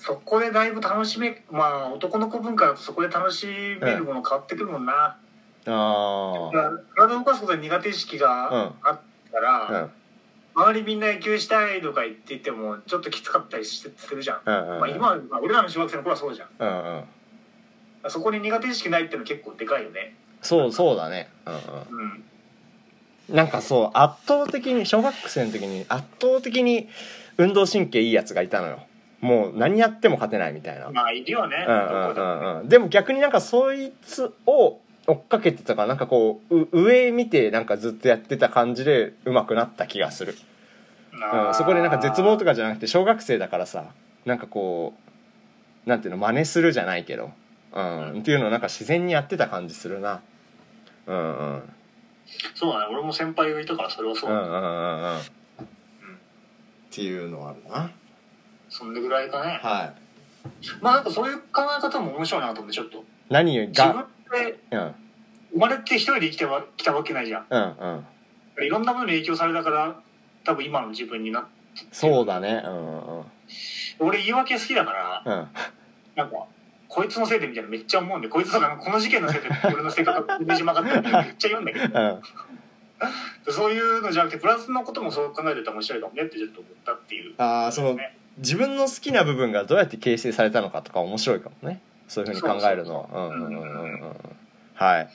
Speaker 2: そこでだいぶ楽しめまあ男の子文化だとそこで楽しめるもの変わってくるもんな、
Speaker 1: あ
Speaker 2: まあ体を動かすことに苦手意識
Speaker 1: うん
Speaker 2: があったから、
Speaker 1: あうん
Speaker 2: 周りみんな野球したいとか言っててもちょっときつかったりしてするじゃん、
Speaker 1: うんうん
Speaker 2: まあ、今は、まあ、俺らの小学生の頃はそうじゃん
Speaker 1: うんうん
Speaker 2: そこに苦手意識ないってのは結構でかいよね
Speaker 1: そうそうだね、うんう
Speaker 2: う
Speaker 1: ん、
Speaker 2: ん
Speaker 1: なんかそう圧倒的に小学生の時に圧倒的に運動神経いいやつがいたのよもう何やっても勝てないみたいな
Speaker 2: まあいる よね、
Speaker 1: うん
Speaker 2: どこで
Speaker 1: う
Speaker 2: も
Speaker 1: んうんうんでも逆になんかそいつを追っかけてたからなんかこうう上見てなんかずっとやってた感じで上手くなった気がする、
Speaker 2: あ
Speaker 1: う
Speaker 2: ー
Speaker 1: ん、そこでなんか絶望とかじゃなくて小学生だからさなんかこうなんていうの真似するじゃないけど、うん、っていうのをなんか自然にやってた感じするなうんうん
Speaker 2: そうだね俺も先輩がいたからそれはそう、
Speaker 1: うんうんうんうん
Speaker 2: う
Speaker 1: っ
Speaker 2: ん
Speaker 1: ていうのはあるな
Speaker 2: そんでぐらいかね
Speaker 1: はい
Speaker 2: まあなんかそういう考え方も面白いなと思ってちょっと
Speaker 1: 何より
Speaker 2: 自分
Speaker 1: が
Speaker 2: で
Speaker 1: うんうん
Speaker 2: 生まれて一人で生きてはきたわけないじゃん
Speaker 1: うん
Speaker 2: いろんなものに影響されたから多分今の自分にな
Speaker 1: そうだねうんうんうん
Speaker 2: 俺言い訳好きだから
Speaker 1: うん
Speaker 2: なんかこいつのせいでみたいなめっちゃ思うんでこいつとかこの事件のせいで俺の性格がねじ曲がったみたいなめっちゃ言うんだけ
Speaker 1: うん
Speaker 2: どそういうのじゃなくてプラスのこともそう考えてたら面白いかもねってちょっと思ったっていう
Speaker 1: ああその
Speaker 2: ね
Speaker 1: 自分の好きな部分がどうやって形成されたのかとか面白いかもねそういうふうに考えるのはうん
Speaker 2: そううんそうう
Speaker 1: う
Speaker 2: ん
Speaker 1: ん
Speaker 2: う
Speaker 1: うんんうんはい
Speaker 2: っ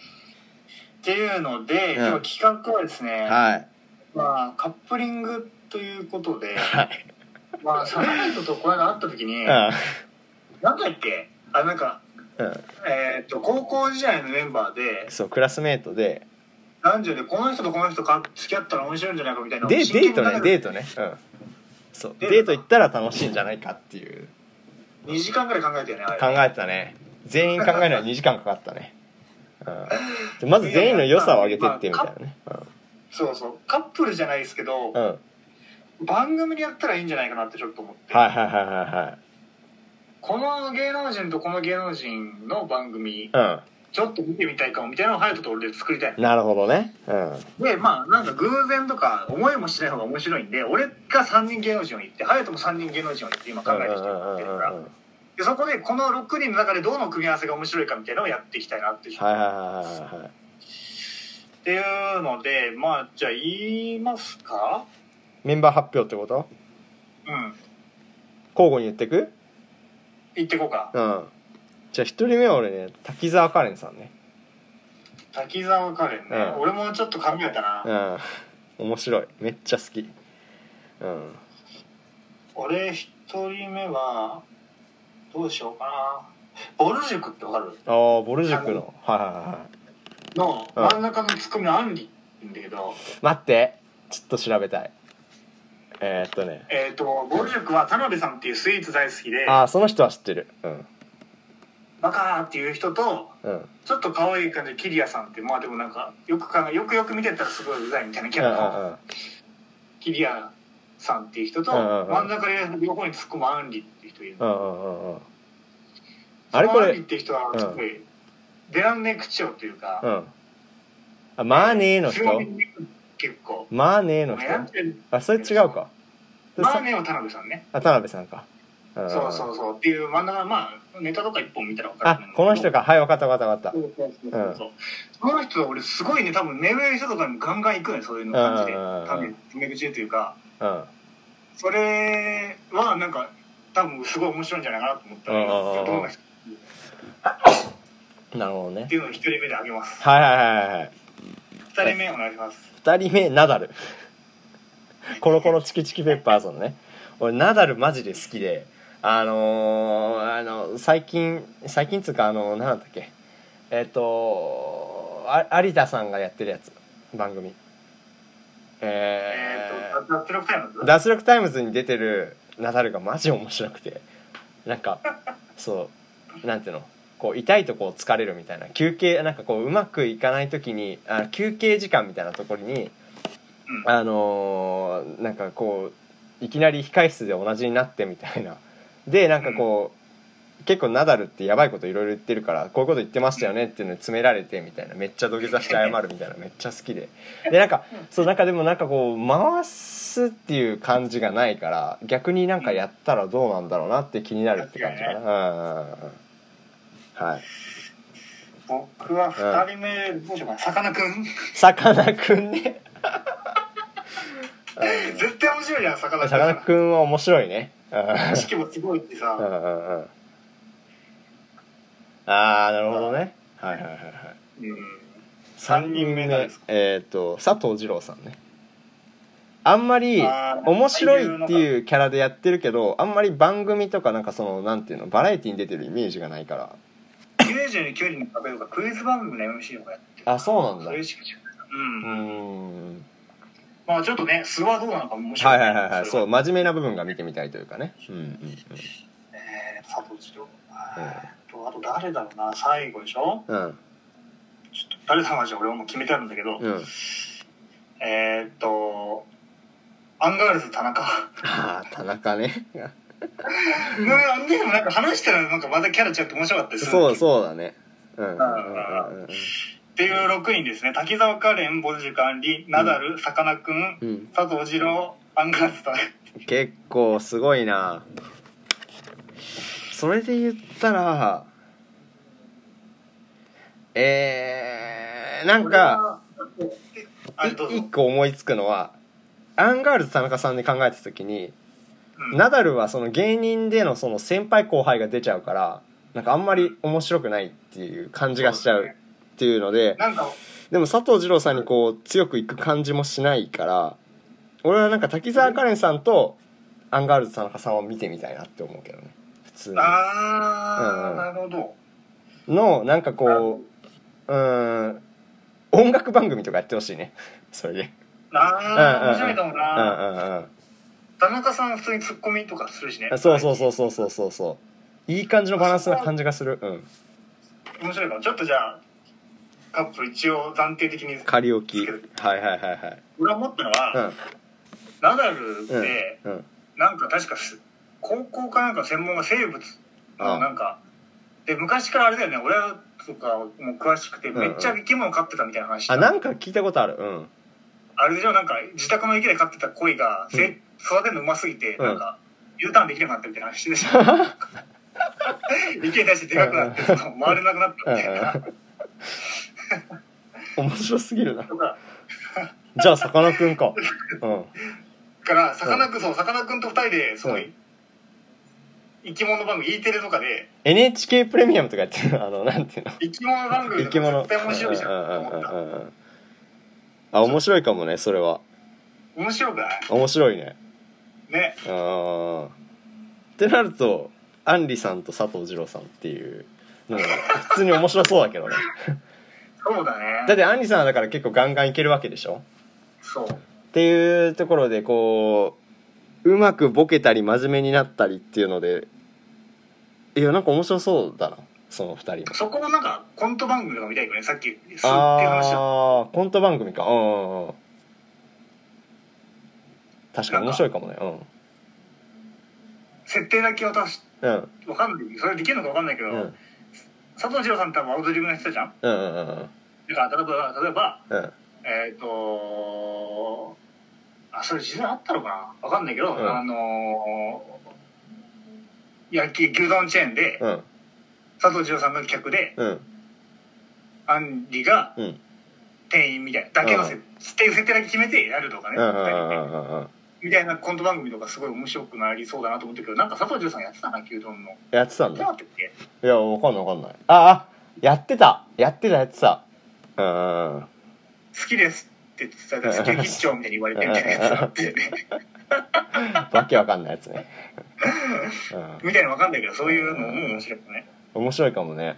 Speaker 2: ていうので、
Speaker 1: うん
Speaker 2: 今企画はですね、
Speaker 1: はい
Speaker 2: まあ、カップリングということで、
Speaker 1: はい
Speaker 2: まあ、サナイトとこの間会った時に、なんだっけあ、なんか、
Speaker 1: うんうん
Speaker 2: えーっと、高校時代のメンバーで、
Speaker 1: そうクラスメートで
Speaker 2: 男女でこの人とこの人か付き合ったら面白いんじゃないかみたいな。
Speaker 1: でデートねデ
Speaker 2: ー
Speaker 1: ートねうんそう
Speaker 2: デート
Speaker 1: デート行ったら楽しいんじゃないかっていう
Speaker 2: ト。2時間ぐらい考えてね、あ
Speaker 1: 考
Speaker 2: れ。
Speaker 1: えてたね全員考えるのは2時間かかったね、うん、でまず全員の良さを上げてってみたいなね
Speaker 2: そうそう。カップルじゃないですけ
Speaker 1: う、
Speaker 2: ど
Speaker 1: ん、うん、はい
Speaker 2: 番組でやったらいいんじゃないかなってちょっと思って。
Speaker 1: はいはいは
Speaker 2: この芸能人とこの芸能人の番組
Speaker 1: い、は
Speaker 2: ちょっと見てみたいかもみたいなのを隼人と俺で作りたいの
Speaker 1: いうんなるほどねうん
Speaker 2: でまあなんか偶然とか思いもしない方が面白いんで俺が3人芸能人を言って隼人も3人芸能人を言って今考えてきてるわけだから
Speaker 1: うんうんうんうん
Speaker 2: でそこでこの6人の中でどの組み合わせが面白いかみたいなのをやっていきたいなっていう、
Speaker 1: はいはいはいはいはい
Speaker 2: っていうのでまあじゃあ言いますか
Speaker 1: メンバー発表ってこと
Speaker 2: うん
Speaker 1: 交互に言ってく
Speaker 2: 言ってこうか
Speaker 1: うんじゃあ1人目は俺ね滝沢カレンさんね
Speaker 2: 滝沢カレンね、
Speaker 1: うん
Speaker 2: 俺もちょっと考えたな、
Speaker 1: うん面白いめっちゃ好きうん
Speaker 2: 俺1人目はどうしようかなボル塾ってわかる
Speaker 1: ああぼる塾のはいはいはいはい
Speaker 2: の
Speaker 1: うん
Speaker 2: 真ん中のツッコミのアンリって言うんだけど、
Speaker 1: 待ってちょっと調べたいえー、っとね
Speaker 2: えっ、とボル塾は田辺さんっていうスイーツ大好きで
Speaker 1: ああその人は知ってるうん
Speaker 2: バカーっていう人と
Speaker 1: うんうん
Speaker 2: ちょっと可愛い感じのキリアさんってまあでもなんかよく考えよくよく見てたらすごいうざいみたいなキ
Speaker 1: う
Speaker 2: ャ
Speaker 1: んう
Speaker 2: ラの
Speaker 1: ん
Speaker 2: キリアさんっていう人と
Speaker 1: うんうんうん
Speaker 2: 真ん中で横に突っ込むアンリっていう人いる
Speaker 1: う
Speaker 2: の
Speaker 1: んうんうんうん
Speaker 2: そ
Speaker 1: あれ
Speaker 2: の
Speaker 1: こ
Speaker 2: アン
Speaker 1: れ
Speaker 2: リっていう人はすごい出らんねえ口調というか、
Speaker 1: うんあマーネーの人
Speaker 2: 強めに結構
Speaker 1: マーネーの人
Speaker 2: 悩んでる
Speaker 1: あそれ違うかそれ
Speaker 2: まあ
Speaker 1: さ
Speaker 2: ねは田辺さんね
Speaker 1: あ田辺さんかん
Speaker 2: そうそうそうっていう真ん中まあネタとか一本見たら分かる
Speaker 1: あ
Speaker 2: と思う
Speaker 1: この人かはい分かった分かった
Speaker 2: そ
Speaker 1: 分かっ
Speaker 2: うそうそうそうそうその人は俺すごいね多分目上の人とかにガンガン行くのよそういうの感じで
Speaker 1: うんうんうんうん
Speaker 2: 多分目口でというか
Speaker 1: たうん
Speaker 2: それはなんか多分すごい面白いんじゃないかなと思った
Speaker 1: うんうんうん
Speaker 2: らどんな人っ
Speaker 1: なるほどね
Speaker 2: ていうのを一人目であげます
Speaker 1: はいはいはいはい
Speaker 2: 二人目お願いします
Speaker 1: 2人目ナダルコロコロチキチキペッパーズのね俺ナダルマジで好きであのーあの最近最近っつうかあの何だったっけえっ、とあ有田さんがやってるやつ番組
Speaker 2: え
Speaker 1: えー
Speaker 2: ー、っと脱力タイムズ
Speaker 1: 脱力タイムズに出てるナダルがマジ面白くてなんかそうなんていうのこう痛いとこを疲れるみたいな休憩なんかこううまくいかない時にあ休憩時間みたいなところに
Speaker 2: うん
Speaker 1: あのーなんかこういきなり控室で同じになってみたいなでなんかこう結構ナダルってやばいこといろいろ言ってるからこういうこと言ってましたよねっていうのに詰められてみたいなめっちゃ土下座して謝るみたいなめっちゃ好きででなんかそうなんかでもなんかこう回すっていう感じがないから逆になんかやったらどうなんだろうなって気になるって感じかなうんうんうんうんはい
Speaker 2: 僕は二人目、どうしようかな。さかなクン
Speaker 1: さかなクンねうん
Speaker 2: 絶対面白いじゃん、さかな
Speaker 1: さかなクンは面白いねうん
Speaker 2: 式もすごいって
Speaker 1: うん
Speaker 2: さ、
Speaker 1: うんうんああなるほどねはいはいはいはい
Speaker 2: うん。
Speaker 1: 三人目
Speaker 2: 誰ですか
Speaker 1: えっ、と佐藤二郎さんねあんまり
Speaker 2: あー
Speaker 1: 面白いっていうキャラでやってるけどあんまり番組とかなんかそのなんていうのバラエティに出てるイメージがないから
Speaker 2: 99人の壁とかクイズ番組の MC とかやって
Speaker 1: あそうなんだ
Speaker 2: そうれ
Speaker 1: ー
Speaker 2: しか知らない。うん。
Speaker 1: ん
Speaker 2: まあちょっとね、素はどうなのかも面白。
Speaker 1: はいいはいはいはいそう
Speaker 2: れ
Speaker 1: 真面目な部分が見てみたいというかねうんうん
Speaker 2: えー佐藤二郎。えーとあと誰だろうな、最後でしょ
Speaker 1: うんうん
Speaker 2: ちょっと誰様じゃ俺はもう決めてあるんだけど、
Speaker 1: うん
Speaker 2: えーっと、アンガールズ 田中。
Speaker 1: ああ田中ね
Speaker 2: うんでもなんか話したらなんかまたキャラちゃって面白かったでする
Speaker 1: そうそうだねうんうんうんうん
Speaker 2: っていう6人ですね。滝沢カレン、ボルジュカンリ、ナダル、さかなクン、
Speaker 1: うんうん
Speaker 2: 佐藤二郎、アンガールズ田中。
Speaker 1: 結構すごいなそれで言ったらえー、なんか
Speaker 2: あれどう
Speaker 1: い一
Speaker 2: ぞ。
Speaker 1: 個思いつくのはアンガールズ田中さんで考えた時に
Speaker 2: うん
Speaker 1: ナダルはその芸人でのその先輩後輩が出ちゃうからなんかあんまり面白くないっていう感じがしちゃうっていうので
Speaker 2: なんか、
Speaker 1: でも佐藤二郎さんにこう強くいく感じもしないから俺はなんか滝沢カレンさんとアンガールズ田中さんを見てみたいなって思うけどね普通に
Speaker 2: あー、
Speaker 1: うん
Speaker 2: なるほど。
Speaker 1: のなんかこううーん音楽番組とかやってほしいね それで
Speaker 2: あ
Speaker 1: う
Speaker 2: ー、面
Speaker 1: んうん
Speaker 2: 白いかも
Speaker 1: うん
Speaker 2: な。
Speaker 1: うんうん
Speaker 2: 田中さんは普通にツッコミとかするしね。
Speaker 1: あそうそうそうそうそうそうそういい感じのバランスな感じがするうん
Speaker 2: 面白いかも。ちょっとじゃあ、カップ一応暫定的に。
Speaker 1: 仮置きはいはいはいはい
Speaker 2: 俺は思ったのは、ナダルって、
Speaker 1: うんうんうん
Speaker 2: なんか確かす高校かなんか専門が生物
Speaker 1: ああ
Speaker 2: のなんかで昔からあれだよね親とかも詳しくて
Speaker 1: んうん
Speaker 2: めっちゃ生き物飼ってたみたいな話、
Speaker 1: あなんか聞いたことあるうん
Speaker 2: あれでしょなんか自宅の池で飼ってた鯉が、せ
Speaker 1: うん
Speaker 2: 育てるのうますぎて
Speaker 1: うん
Speaker 2: なんか U ターンできなくなったみたいな話でしょ 池に対してでかくなってその回れなくなったみたいな
Speaker 1: 面白すぎるな
Speaker 2: とか
Speaker 1: じゃあさかなクンかうん
Speaker 2: からさかなクンそうさかなクンと二人でそうの
Speaker 1: ん
Speaker 2: 生き物番組 E テレとかで
Speaker 1: NHK プレミアムとかやってる あのなんていうの
Speaker 2: 生き物番組
Speaker 1: 生
Speaker 2: と
Speaker 1: き
Speaker 2: か
Speaker 1: 物
Speaker 2: 絶対面白いじゃんと思った
Speaker 1: うんうんうんうんうんあ面白いかもねそれは
Speaker 2: 面白くない
Speaker 1: 面白いね
Speaker 2: ね
Speaker 1: あーってなるとアンリさんと佐藤二郎さんっていうのも普通に面白そうだ けどね
Speaker 2: そうだね
Speaker 1: だってアンリさんはだから結構ガンガンいけるわけでしょ
Speaker 2: そう
Speaker 1: っていうところでこううまくボケたり真面目になったりっていうのでいやなんか面白そうだなその二人も
Speaker 2: そこもなんかコント番組とか見たいよねさっき「す」っていう話だ
Speaker 1: ああコント番組かうんうんうん確かに面白いかもね
Speaker 2: 設定だけ渡し
Speaker 1: うんうん
Speaker 2: わかんないそれできるのかわかんないけど、
Speaker 1: うん
Speaker 2: 佐藤二郎さんって多分アドリブの人じゃん
Speaker 1: うんうんうん
Speaker 2: だから例えば例えば
Speaker 1: うん
Speaker 2: えっ、とあそれ時代あったのかなわかんないけど、
Speaker 1: うん
Speaker 2: あのー焼き牛丼チェーンで、
Speaker 1: うん
Speaker 2: 佐藤二郎さんが客で
Speaker 1: うん
Speaker 2: アンリが
Speaker 1: うん
Speaker 2: 店員みたいなだけのせ、
Speaker 1: うん
Speaker 2: っていう設定だけ決めてやるとかね、
Speaker 1: うんうんう
Speaker 2: 二人で
Speaker 1: んうんうん
Speaker 2: みたいなコント番組とかすごい面白くなりそうだなと思ったけどなんか佐藤二郎さんやってたな牛丼の
Speaker 1: やってたん
Speaker 2: どう
Speaker 1: だ
Speaker 2: やってって
Speaker 1: いやわかんないわかんないああやってたやってたやってたうんうんうん
Speaker 2: 好きですって伝えたら好き吉兆みたいに言われてみたいなやつがあって
Speaker 1: わけわかんないやつねうん
Speaker 2: みたいなのわかんないけどそういうのも面白くね
Speaker 1: 面白いかもね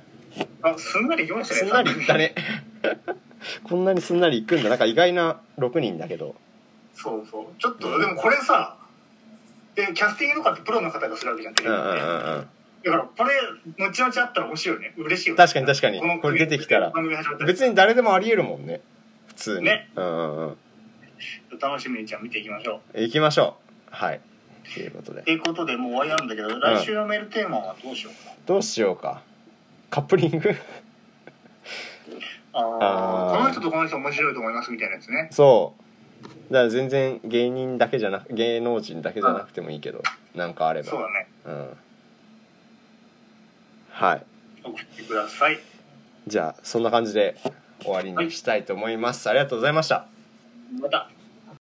Speaker 2: あすんなりいきましたね
Speaker 1: すんなりいったね こんなにすんなりいくんだなんか意外な6人だけど
Speaker 2: そうそうちょっとでもこれさでキャスティングとかってプロの方がするわけじゃんテ
Speaker 1: う
Speaker 2: レ
Speaker 1: ん
Speaker 2: ビ
Speaker 1: う
Speaker 2: っ
Speaker 1: ん
Speaker 2: て
Speaker 1: うんうん
Speaker 2: だからこれ後々あったら面白いよね嬉しいよね
Speaker 1: 確かに確かに
Speaker 2: この
Speaker 1: これ出てきたら
Speaker 2: 番組始まったら
Speaker 1: 別に誰でもありえるもんね普通に
Speaker 2: ね
Speaker 1: うんうんうん
Speaker 2: 楽しみにじゃあ見ていきましょう
Speaker 1: 行きましょうはいということで
Speaker 2: ていうことでもう終わりなんだけど来週のメールテーマはどうしようか
Speaker 1: どうしようかカップリング
Speaker 2: な、あ
Speaker 1: あー
Speaker 2: あ
Speaker 4: この人とこの人面白いと思いますみたいなやつね
Speaker 1: そうだから全然芸人だけじゃなく芸能人だけじゃなくてもいいけどなんかあれば
Speaker 4: そうだね
Speaker 1: うんはい
Speaker 2: 送ってください
Speaker 1: じゃあそんな感じで終わりにしたいと思います、ありがとうございました
Speaker 2: また